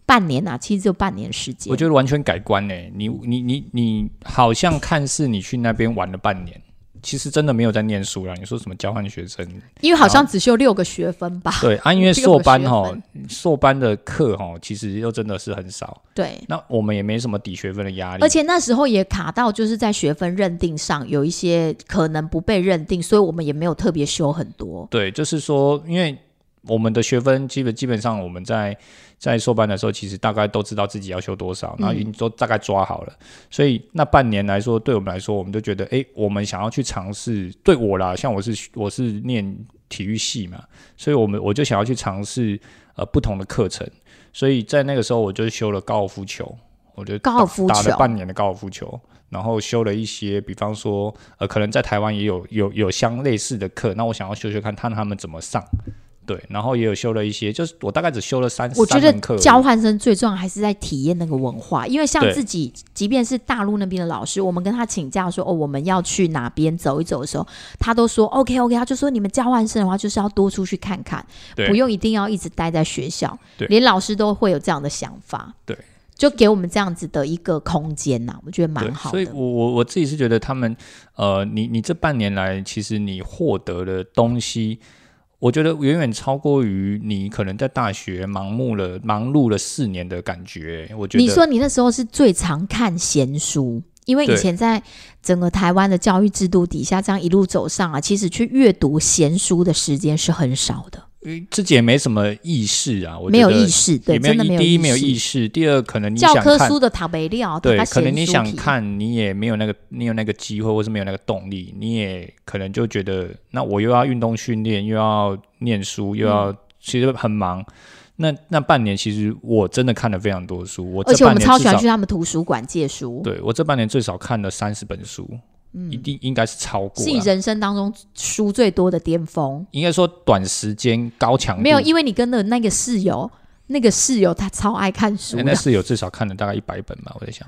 S1: 半年啊，其实就半年时间。
S2: 我觉得完全改观呢、欸你你你你好像看似你去那边玩了半年，其实真的没有在念书啦。你说什么交换 学生？
S1: 因为好像只修六个学分吧。
S2: 对啊，因为
S1: 这个
S2: 硕
S1: 我
S2: 班
S1: 学
S2: 哈
S1: 分，
S2: 硕班的课哈，其实又真的是很少。
S1: 对，
S2: 那我们也没什么抵学分的压力，啊
S1: 而且那时候也卡到，就是在学分认定上有一些可能不被认定，所以我们也没有特别修很多。
S2: 对，就是说，因为我们的学分基本基本上我们在在硕班的时候，其实大概都知道自己要修多少，然后已
S1: 嗯
S2: 经都大概抓好了。所以那半年来说，对我们来说，我们就觉得，诶，我们想要去尝试。对我啦，像我是我是念体育系嘛，所以我们我就想要去尝试呃不同的课程。所以在那个时候，我就修了高尔夫球，我就
S1: 高尔夫
S2: 打打
S1: 球
S2: 了半年的高尔夫球。然后修了一些，比方说，呃，可能在台湾也有有有相类似的课，那我想要修修看，看他们怎么上。对，然后也有修了一些，就是我大概只修了三，
S1: 我觉得
S2: 三门课而已
S1: 交换生最重要还是在体验那个文化，因为像
S2: 对
S1: 自己，即便是大陆那边的老师，我们跟他请假说哦我们要去哪边走一走的时候，他都说 OK OK，他就说你们交换生的话就是要多出去看看，
S2: 对
S1: 不用一定要一直待在学校，
S2: 对
S1: 连老师都会有这样的想法，
S2: 对，
S1: 就给我们这样子的一个空间呐、我觉得
S2: 对
S1: 蛮好
S2: 所以
S1: 的。
S2: 我我我自己是觉得他们，呃，你你这半年来，其实你获得的东西，我觉得远远超过于你可能在大学盲目了、忙碌了四年的感觉。我觉得
S1: 你说你那时候是最常看闲书，因为以
S2: 对
S1: 前在整个台湾的教育制度底下，这样一路走上啊，其实去阅读闲书的时间是很少的，
S2: 呃自己也没什么意识啊，我
S1: 没
S2: 觉
S1: 有
S2: 得
S1: 意识，对，
S2: 也没
S1: 真的
S2: 有意，
S1: 没有
S2: 第一没有
S1: 识。
S2: 意识，第二可能你
S1: 教
S2: 想
S1: 科
S2: 看
S1: 书的塔贝料，
S2: 对
S1: 它，
S2: 可能
S1: 闲
S2: 你
S1: 书
S2: 想
S1: 皮，
S2: 看，你也没有那个你有那个机会，或是没有那个动力，你也可能就觉得，那我又要运动训练，又要念书，又要、
S1: 嗯
S2: 其实很忙。那那半年，其实我真的看了非常多书，我
S1: 而
S2: 这
S1: 且我
S2: 半
S1: 们
S2: 年
S1: 超
S2: 至
S1: 喜欢
S2: 少
S1: 去他们图书馆借书，
S2: 对我这半年最少看了三十本书，一定应该是超过
S1: 嗯
S2: 啊
S1: 是你
S2: 啦，
S1: 人生当中书最多的巅峰。
S2: 应该说短时间高强度
S1: 没有，因为你跟的那个室友，那个室友他超爱看书啊
S2: 哎
S1: 的
S2: 那，室友至少看了大概一百本吧，我在想。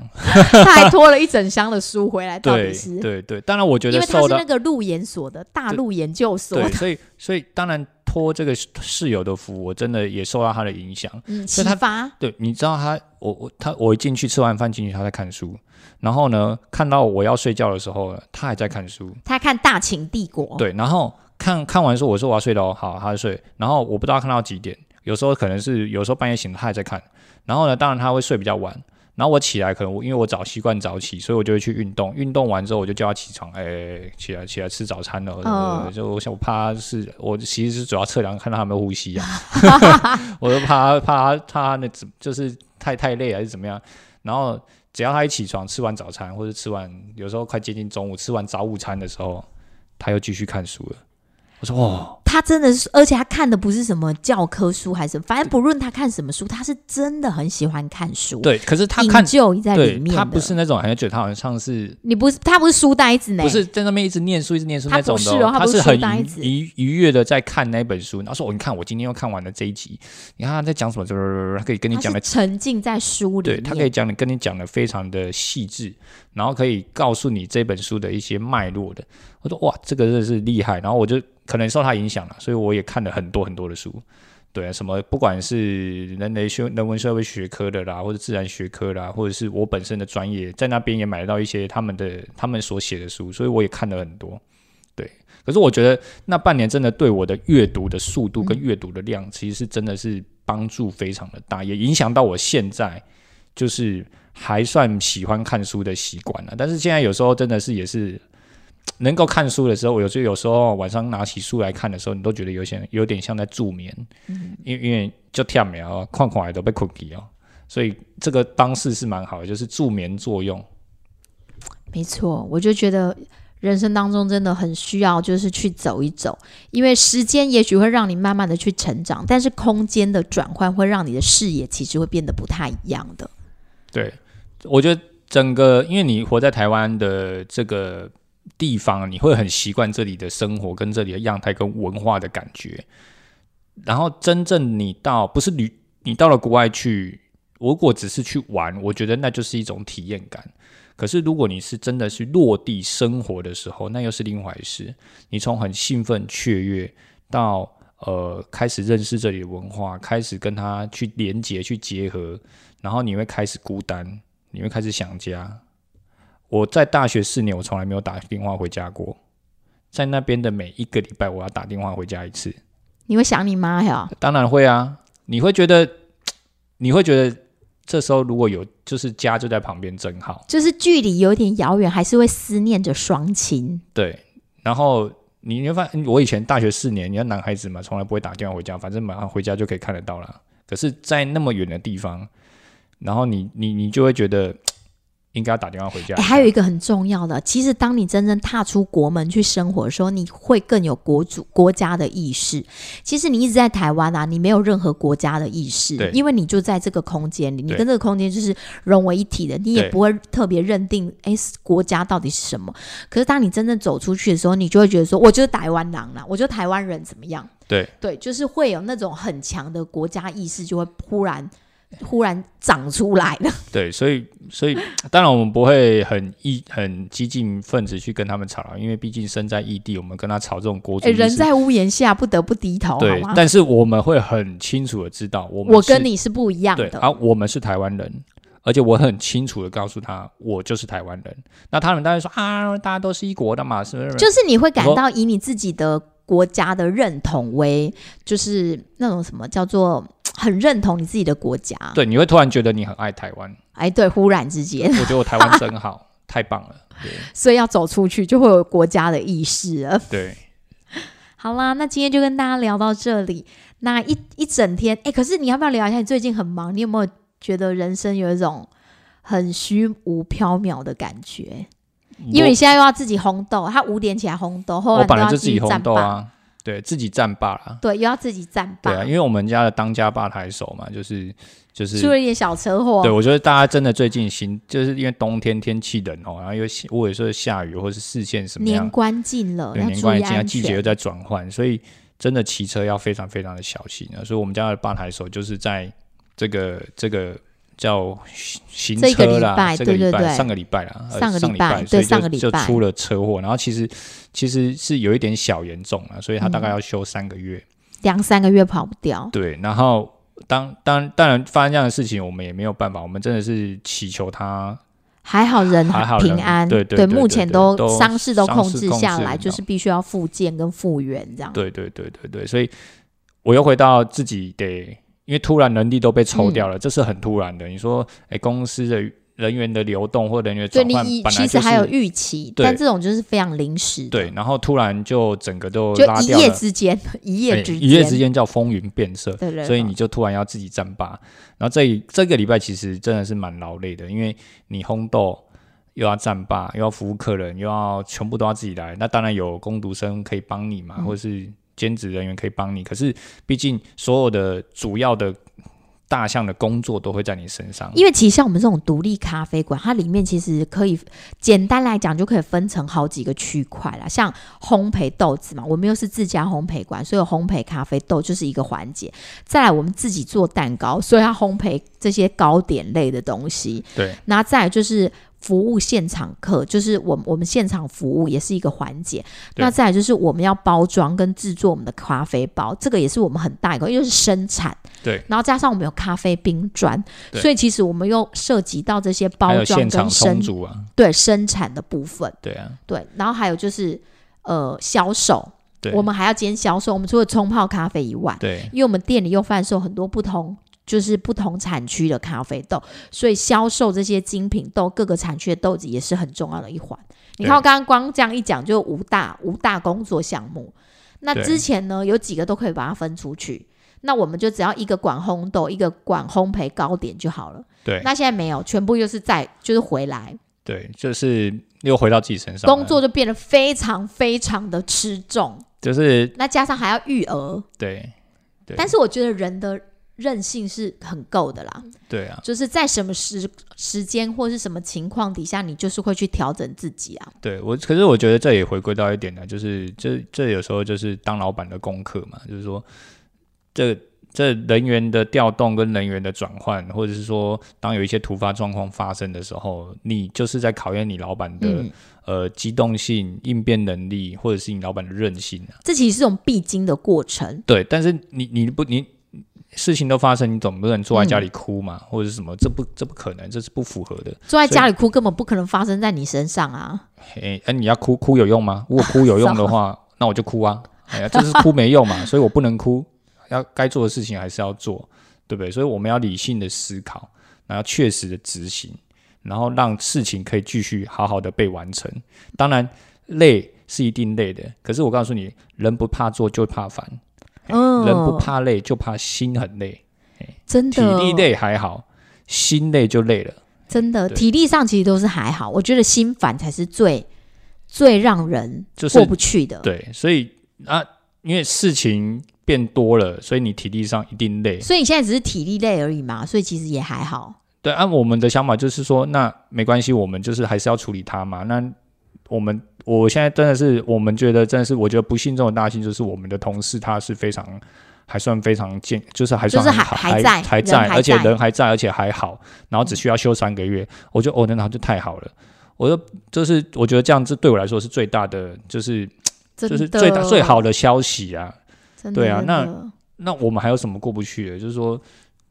S1: 他还拖了一整箱的书回来，到
S2: 对
S1: 底是
S2: 对对，当然我觉
S1: 因
S2: 得
S1: 为他是
S2: 受到
S1: 那个路研所的大陆研究所
S2: 对，
S1: 的，
S2: 所以所以当然托这个室友的福，我真的也受到他的影响。
S1: 嗯，启
S2: 所以他
S1: 发
S2: 对，你知道他，我我他我一进去吃完饭进去，他在看书，然后呢，看到我要睡觉的时候呢，他还在看书，
S1: 他看《大秦帝国》，
S2: 对，然后看看完说我说我要睡了哦，好，他就睡，然后我不知道他看到几点，有时候可能是有时候半夜醒了他还在看，然后呢，当然他会睡比较晚，然后我起来可能我因为我早习惯早起，所以我就会去运动，运动完之后我就叫他起床，哎、起来起来吃早餐了，对
S1: 嗯
S2: 就我想我怕他是我其实是主要测量看到他有没有呼吸 啊，我就怕他怕他怕他那怎就是太太累还是怎么样，然后。只要他一起床，吃完早餐或者吃完，有时候快接近中午，吃完早午餐的时候，他又继续看书了。我说哦，
S1: 他真的是，而且他看的不是什么教科书还是什么，反正不论他看什么书，他是真的很喜欢看书，，
S2: 对，可是他看，
S1: 就在里
S2: 对
S1: 面的，
S2: 他不是那种，好哎像觉得他好像是
S1: 你不是他不是书呆子呢，
S2: 不是在那边一直念书一直念书
S1: 他
S2: 那种
S1: 不
S2: 的
S1: 是哦他
S2: 他
S1: 不是
S2: 是很
S1: 书呆
S2: 愉
S1: 子
S2: 愉愉悦的在看那本书，然后说哦，你看我今天又看完了这一集，你看他在讲什么，他可以跟你
S1: 他
S2: 讲的
S1: 是沉浸在书里
S2: 对
S1: 面，
S2: 他可以讲的跟你讲的非常的细致，然后可以告诉你这本书的一些脉络的。我说哇，这个真的是厉害，然后我就可能受他影响了，所以我也看了很多很多的书。对，啊什么不管是人类学、人文社会学科的啦，或者自然学科啦，或者是我本身的专业，在那边也买得到一些他们的他们所写的书，所以我也看了很多。对，可是我觉得那半年真的对我的阅读的速度
S1: 嗯
S2: 跟阅读的量，其实是真的是帮助非常的大，也影响到我现在就是还算喜欢看书的习惯了。但是现在有时候真的是也是能够看书的时候，我有时候有时候晚上拿起书来看的时候，你都觉得有些有点像在助眠，因为因为就跳苗看看也都被困起哦，所以这个方式是蛮好的，就是助眠作用。
S1: 没错，我就觉得人生当中真的很需要，就是去走一走，因为时间也许会让你慢慢的去成长，但是空间的转换会让你的视野其实会变得不太一样的。
S2: 对，我觉得整个因为你活在台湾的这个地方，你会很习惯这里的生活跟这里的样态跟文化的感觉。然后真正你到不是旅，你到了国外去，如果只是去玩，我觉得那就是一种体验感。可是如果你是真的去落地生活的时候，那又是另外一回事。你从很兴奋雀跃到呃开始认识这里的文化，开始跟它去连接、去结合，然后你会开始孤单，你会开始想家。我在大学四年，我从来没有打电话回家过。在那边的每一个礼拜，我要打电话回家一次。
S1: 你会想你妈呀？
S2: 当然会啊，你会觉得，你会觉得这时候如果有就是家就在旁边真好，
S1: 就是距离有点遥远，还是会思念着双亲。
S2: 对。然后你你会发现，我以前大学四年，你看男孩子嘛，从来不会打电话回家，反正马上回家就可以看得到啦。可是，在那么远的地方，然后你你你就会觉得应该要打电话回家
S1: 诶
S2: 一下。
S1: 还有一个很重要的，其实当你真正踏出国门去生活的时候，你会更有国主国家的意识。其实你一直在台湾啊，你没有任何国家的意识
S2: 对，
S1: 因为你就在这个空间里，你
S2: 对
S1: 跟这个空间就是融为一体的，你也
S2: 对
S1: 不会特别认定哎国家到底是什么。可是当你真正走出去的时候，你就会觉得说，我就是台湾狼啦，我就是台湾人怎么样？
S2: 对
S1: 对，就是会有那种很强的国家意识，就会忽然忽然长出来了。
S2: 对，所以所以当然我们不会很异很激进分子去跟他们吵了，因为毕竟身在异地，我们跟他吵这种国主
S1: 哎，
S2: 义是、
S1: 人在屋檐下，不得不低头，好
S2: 对
S1: 吗，？
S2: 但是我们会很清楚的知道，我们
S1: 我
S2: 是
S1: 跟你是不一样
S2: 对
S1: 的。
S2: 啊，我们是台湾人，而且我很清楚的告诉他，我就是台湾人。那他们当然说啊，大家都是一国的嘛，是不是？
S1: 就是你会感到以你自己的国家的认同为，就是那种什么叫做很认同你自己的国家。，
S2: 对，你会突然觉得你很爱台湾，
S1: 哎，对，忽然之间，
S2: 我觉得我台湾真好， 太棒了。
S1: 所以要走出去就会有国家的意识了。
S2: 对
S1: 好啦，那今天就跟大家聊到这里。那一一整天，哎、可是你要不要聊一下？你最近很忙，你有没有觉得人生有一种很虚无缥缈的感觉？
S2: 对，
S1: 因为
S2: 我
S1: 你现在又要自己烘豆，他五点起来烘豆，后
S2: 我
S1: 来都
S2: 本来
S1: 要
S2: 就自己
S1: 站
S2: 红豆
S1: 坝，
S2: 啊，对自己战罢啦。
S1: 对，又要自己站坝，
S2: 对啊，因为我们家的当家爸他还熟嘛，就是就是
S1: 出了一点小车祸
S2: 对，，我觉得大家真的最近心，就是因为冬天天气冷哦，然后又或者说下雨，或是视线什么
S1: 年
S2: 样，
S1: 关近了，
S2: 对，
S1: 要
S2: 年
S1: 注
S2: 关
S1: 意
S2: 已经啊，
S1: 安
S2: 季节又
S1: 全。
S2: 在转换，所以真的骑车要非常非常的小心啊。所以我们家的吧台手就是在这个这个叫行
S1: 这个
S2: 车
S1: 礼
S2: 啦，
S1: 拜
S2: 这个
S1: 对
S2: 礼
S1: 对
S2: 拜
S1: 对
S2: 上个礼拜啦，呃
S1: 上
S2: 上
S1: 个礼拜
S2: 拜，
S1: 对
S2: 所以就
S1: 上个礼
S2: 就
S1: 拜
S2: 出了车祸，然后其实其实是有一点小严重了，所以他大
S1: 嗯
S2: 概要休三个月。
S1: 两三个月跑不 掉。
S2: 对，然后当当当然发生这样的事情，我们也没有办法，我们真的是祈求他
S1: 还好人
S2: 还好人
S1: 平安，
S2: 对对对
S1: 目
S2: 对
S1: 前
S2: 对
S1: 都
S2: 都
S1: 伤势都
S2: 伤
S1: 控
S2: 势
S1: 制
S2: 控
S1: 下
S2: 制
S1: 来，
S2: 很
S1: 就
S2: 好
S1: 是必须要复健跟复原这样。
S2: 对对对对对，所以我又回到自己得，因为突然人力都被抽掉了，这是很突然的。你说，哎、公司的人员的流动或人员
S1: 对
S2: 转
S1: 你
S2: 换，
S1: 以
S2: 本来
S1: 其
S2: 就
S1: 实
S2: 是
S1: 还有预期，
S2: 对
S1: 但这种就是非常临时的，
S2: 对，然后突然就整个都
S1: 就
S2: 拉
S1: 一
S2: 掉
S1: 夜
S2: 了，
S1: 之间，一
S2: 哎
S1: 夜之
S2: 一夜之，间叫风云变色。
S1: 对对，
S2: 所以
S1: 对
S2: 你就突然要自己站吧，然后这一这个礼拜其实真的是蛮劳累的，因为你烘豆又要站吧，又要服务客人，又要全部都要自己来。那当然有工读生可以帮你嘛，
S1: 嗯
S2: 或是兼职人员可以帮你，可是毕竟所有的主要的大项的工作都会在你身上。
S1: 因为其实像我们这种独立咖啡馆，它里面其实可以简单来讲就可以分成好几个区块啦。像烘焙豆子嘛，我们又是自家烘焙馆，所以有烘焙咖啡豆就是一个环节。再来，我们自己做蛋糕，所以要烘焙这些糕点类的东西。
S2: 对，
S1: 那再来就是服务现场客，就是我们我们现场服务也是一个环节。
S2: 对
S1: 那再来就是我们要包装跟制作我们的咖啡包，这个也是我们很大一个，因为是生产。
S2: 对，
S1: 然后加上我们有咖啡冰砖，
S2: 对
S1: 所以其实我们又涉及到这些
S2: 还
S1: 包
S2: 有
S1: 装
S2: 现场
S1: 跟
S2: 充
S1: 生
S2: 足啊，
S1: 对生产的部分，
S2: 对啊，
S1: 对，然后还有就是呃销售，
S2: 对，
S1: 我们还要兼销售。我们除了冲泡咖啡以外，
S2: 对
S1: 因为我们店里又贩售很多不同。就是不同产区的咖啡豆，所以销售这些精品豆，各个产区的豆子也是很重要的一环。你看，
S2: 对
S1: 我刚刚光这样一讲，就五大五大工作项目。那
S2: 对
S1: 之前呢，有几个都可以把它分出去。那我们就只要一个管烘豆，一个管烘焙糕点就好了。
S2: 对
S1: 那现在没有，全部又是在就是回来，
S2: 对，就是又回到自己身上了，
S1: 工作就变得非常非常的吃重。
S2: 就是
S1: 那加上还要育儿，
S2: 对对
S1: 但是我觉得人的韧性是很够的啦。
S2: 对啊，
S1: 就是在什么时时间或是什么情况底下，你就是会去调整自己啊。
S2: 对我，可是我觉得这也回归到一点呢，就是这这有时候就是当老板的功课嘛，就是说这这人员的调动跟人员的转换，或者是说当有一些突发状况发生的时候，你就是在考验你老板的、
S1: 嗯，
S2: 呃机动性、应变能力，或者是你老板的韧性啊。
S1: 这其实是一种必经的过程。
S2: 对，但是你你不你事情都发生，你总不能坐在家
S1: 嗯
S2: 里哭嘛，或者是什么？这不这不可能，这是不符合的。
S1: 坐在家里哭根本不可能发生在你身上啊！
S2: 哎、哎，你要哭哭有用吗？如果哭有用 的话，那我就哭啊。哎呀，这是哭没用嘛，所以我不能哭，要该做的事情还是要做，对不对？所以我们要理性的思考，然后确实的执行，然后让事情可以继续好好的被完成。当然，累是一定累的，可是我告诉你，人不怕做就怕烦，
S1: 嗯，
S2: 哎人不怕累就怕心很累，
S1: 真
S2: 体
S1: 的
S2: 力累还好，心累就累了。
S1: 真的
S2: 对
S1: 体力上其实都是还好，我觉得心烦才是最最让人
S2: 就是
S1: 过不去的。
S2: 对，所以啊，因为事情变多了，所以你体力上一定累。
S1: 所以你现在只是体力累而已嘛，所以其实也还好。
S2: 对，按、我们的想法就是说，那没关系，我们就是还是要处理它嘛。那我们我现在真的是，我们觉得真的是，我觉得不幸中的大幸就是我们的同事他是非常还算非常健，就是还算
S1: 就是还
S2: 好
S1: 还
S2: 还
S1: 在
S2: 还
S1: 人
S2: 在，
S1: 还
S2: 而且
S1: 在嗯
S2: 人还在，而且还好，然后只需要休三个月，我觉得哦，那那就太好了。我就就是我觉得这样子对我来说是最大的，就是
S1: 真
S2: 就
S1: 的
S2: 是最大最好的消息啊。
S1: 真的
S2: 对啊
S1: 真
S2: 那
S1: 的
S2: 那我们还有什么过不去的？就是说，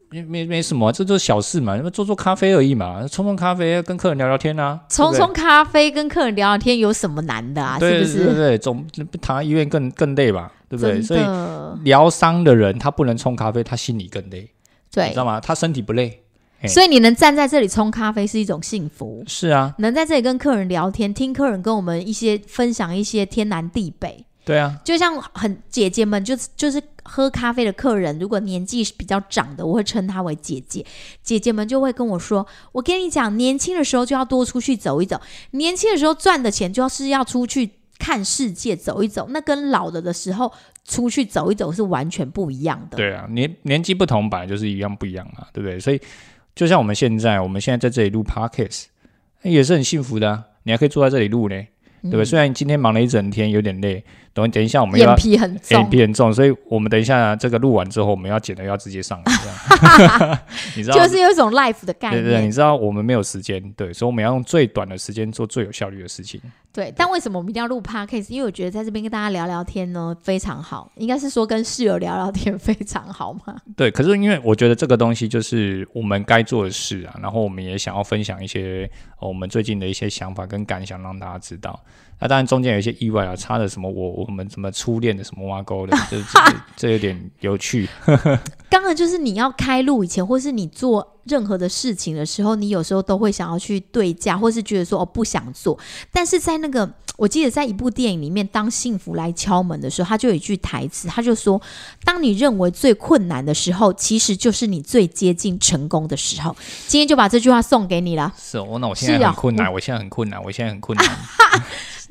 S2: 没没没什么啊、这就是小事嘛，做做咖啡而已嘛，冲冲咖啡，跟客人聊聊天啊，
S1: 冲
S2: 对不
S1: 冲咖啡跟客人聊聊天有什么难的啊？
S2: 对
S1: 是不
S2: 对对
S1: 是？
S2: 对，总比躺在医院更更累吧，对不对？所
S1: 真
S2: 以
S1: 的
S2: 疗伤的人他不能冲咖啡，他心里更累，你
S1: 对
S2: 知道，吗？他身体不累，嘿
S1: 所以你能站在这里冲咖啡是一种幸福，
S2: 是啊，
S1: 能在这里跟客人聊天，听客人跟我们一些分享一些天南地北。
S2: 对啊，
S1: 就像很姐姐们，就是就是喝咖啡的客人，如果年纪是比较长的，我会称她为姐姐。姐姐们就会跟我说：“我跟你讲，年轻的时候就要多出去走一走，年轻的时候赚的钱就是要出去看世界走一走，那跟老了的时候出去走一走是完全不一样的。”
S2: 对啊，年年纪不同，本来就是一样不一样嘛，对不对？所以就像我们现在，我们现在在这里录 podcast，也是很幸福的啊、你还可以坐在这里录呢。对不对？虽然今天忙了一整天，有点累，等等一下我们又
S1: 眼
S2: 要
S1: 皮很
S2: 眼
S1: 重，
S2: 皮很哎重，所以我们等一下这个录完之后，我们要剪的要直接上，这样 你知道
S1: 就是有一种 life 的概
S2: 对
S1: 念。
S2: 对，你知道我们没有时间，对，所以我们要用最短的时间做最有效率的事情。
S1: 对，但为什么我们一定要录 podcast？因为我觉得在这边跟大家聊聊天呢非常好，应该是说跟室友聊聊天 非常好嘛。
S2: 对，可是因为我觉得这个东西就是我们该做的事啊，然后我们也想要分享一些、呃我们最近的一些想法跟感想，让大家知道。那当然中间有一些意外啊，插的什么我我们什么初恋的什么挖沟的，这 这这有点有趣。
S1: 当然，就是你要开录以前，或是你做任何的事情的时候，你有时候都会想要去对价，或是觉得说哦不想做。但是在那个，我记得在一部电影里面，当幸福来敲门的时候，他就有一句台词，他就说：“当你认为最困难的时候，其实就是你最接近成功的时候。”今天就把这句话送给你了。
S2: 是哦，那我
S1: 是
S2: 现在
S1: 啊
S2: 很困难，我现在很困难，我现在很困难，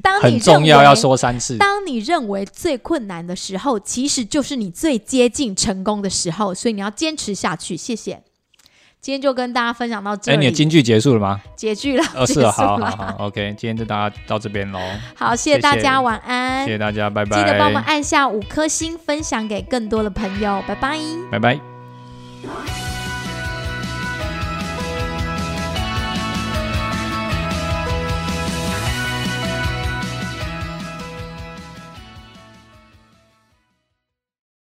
S1: 当你
S2: 很重
S1: 认
S2: 要，
S1: 为
S2: 要说三次。
S1: 当你认为最困难的时候，其实就是你最接近成功的时候，所以你要坚持下去。谢谢，今天就跟大家分享到这
S2: 哎，
S1: 里，
S2: 你的金句结束 了吗？
S1: 结局了，
S2: 哦，
S1: 结
S2: 是
S1: 束
S2: 哦，
S1: 了。
S2: 好好好，OK，今天就大家到这边喽，
S1: 好谢谢
S2: 谢
S1: 大家，
S2: 谢
S1: 晚安。
S2: 谢谢大家，拜拜，
S1: 记得帮我们按下五颗星，分享给更多的朋友，拜拜。
S2: 拜拜。
S3: 「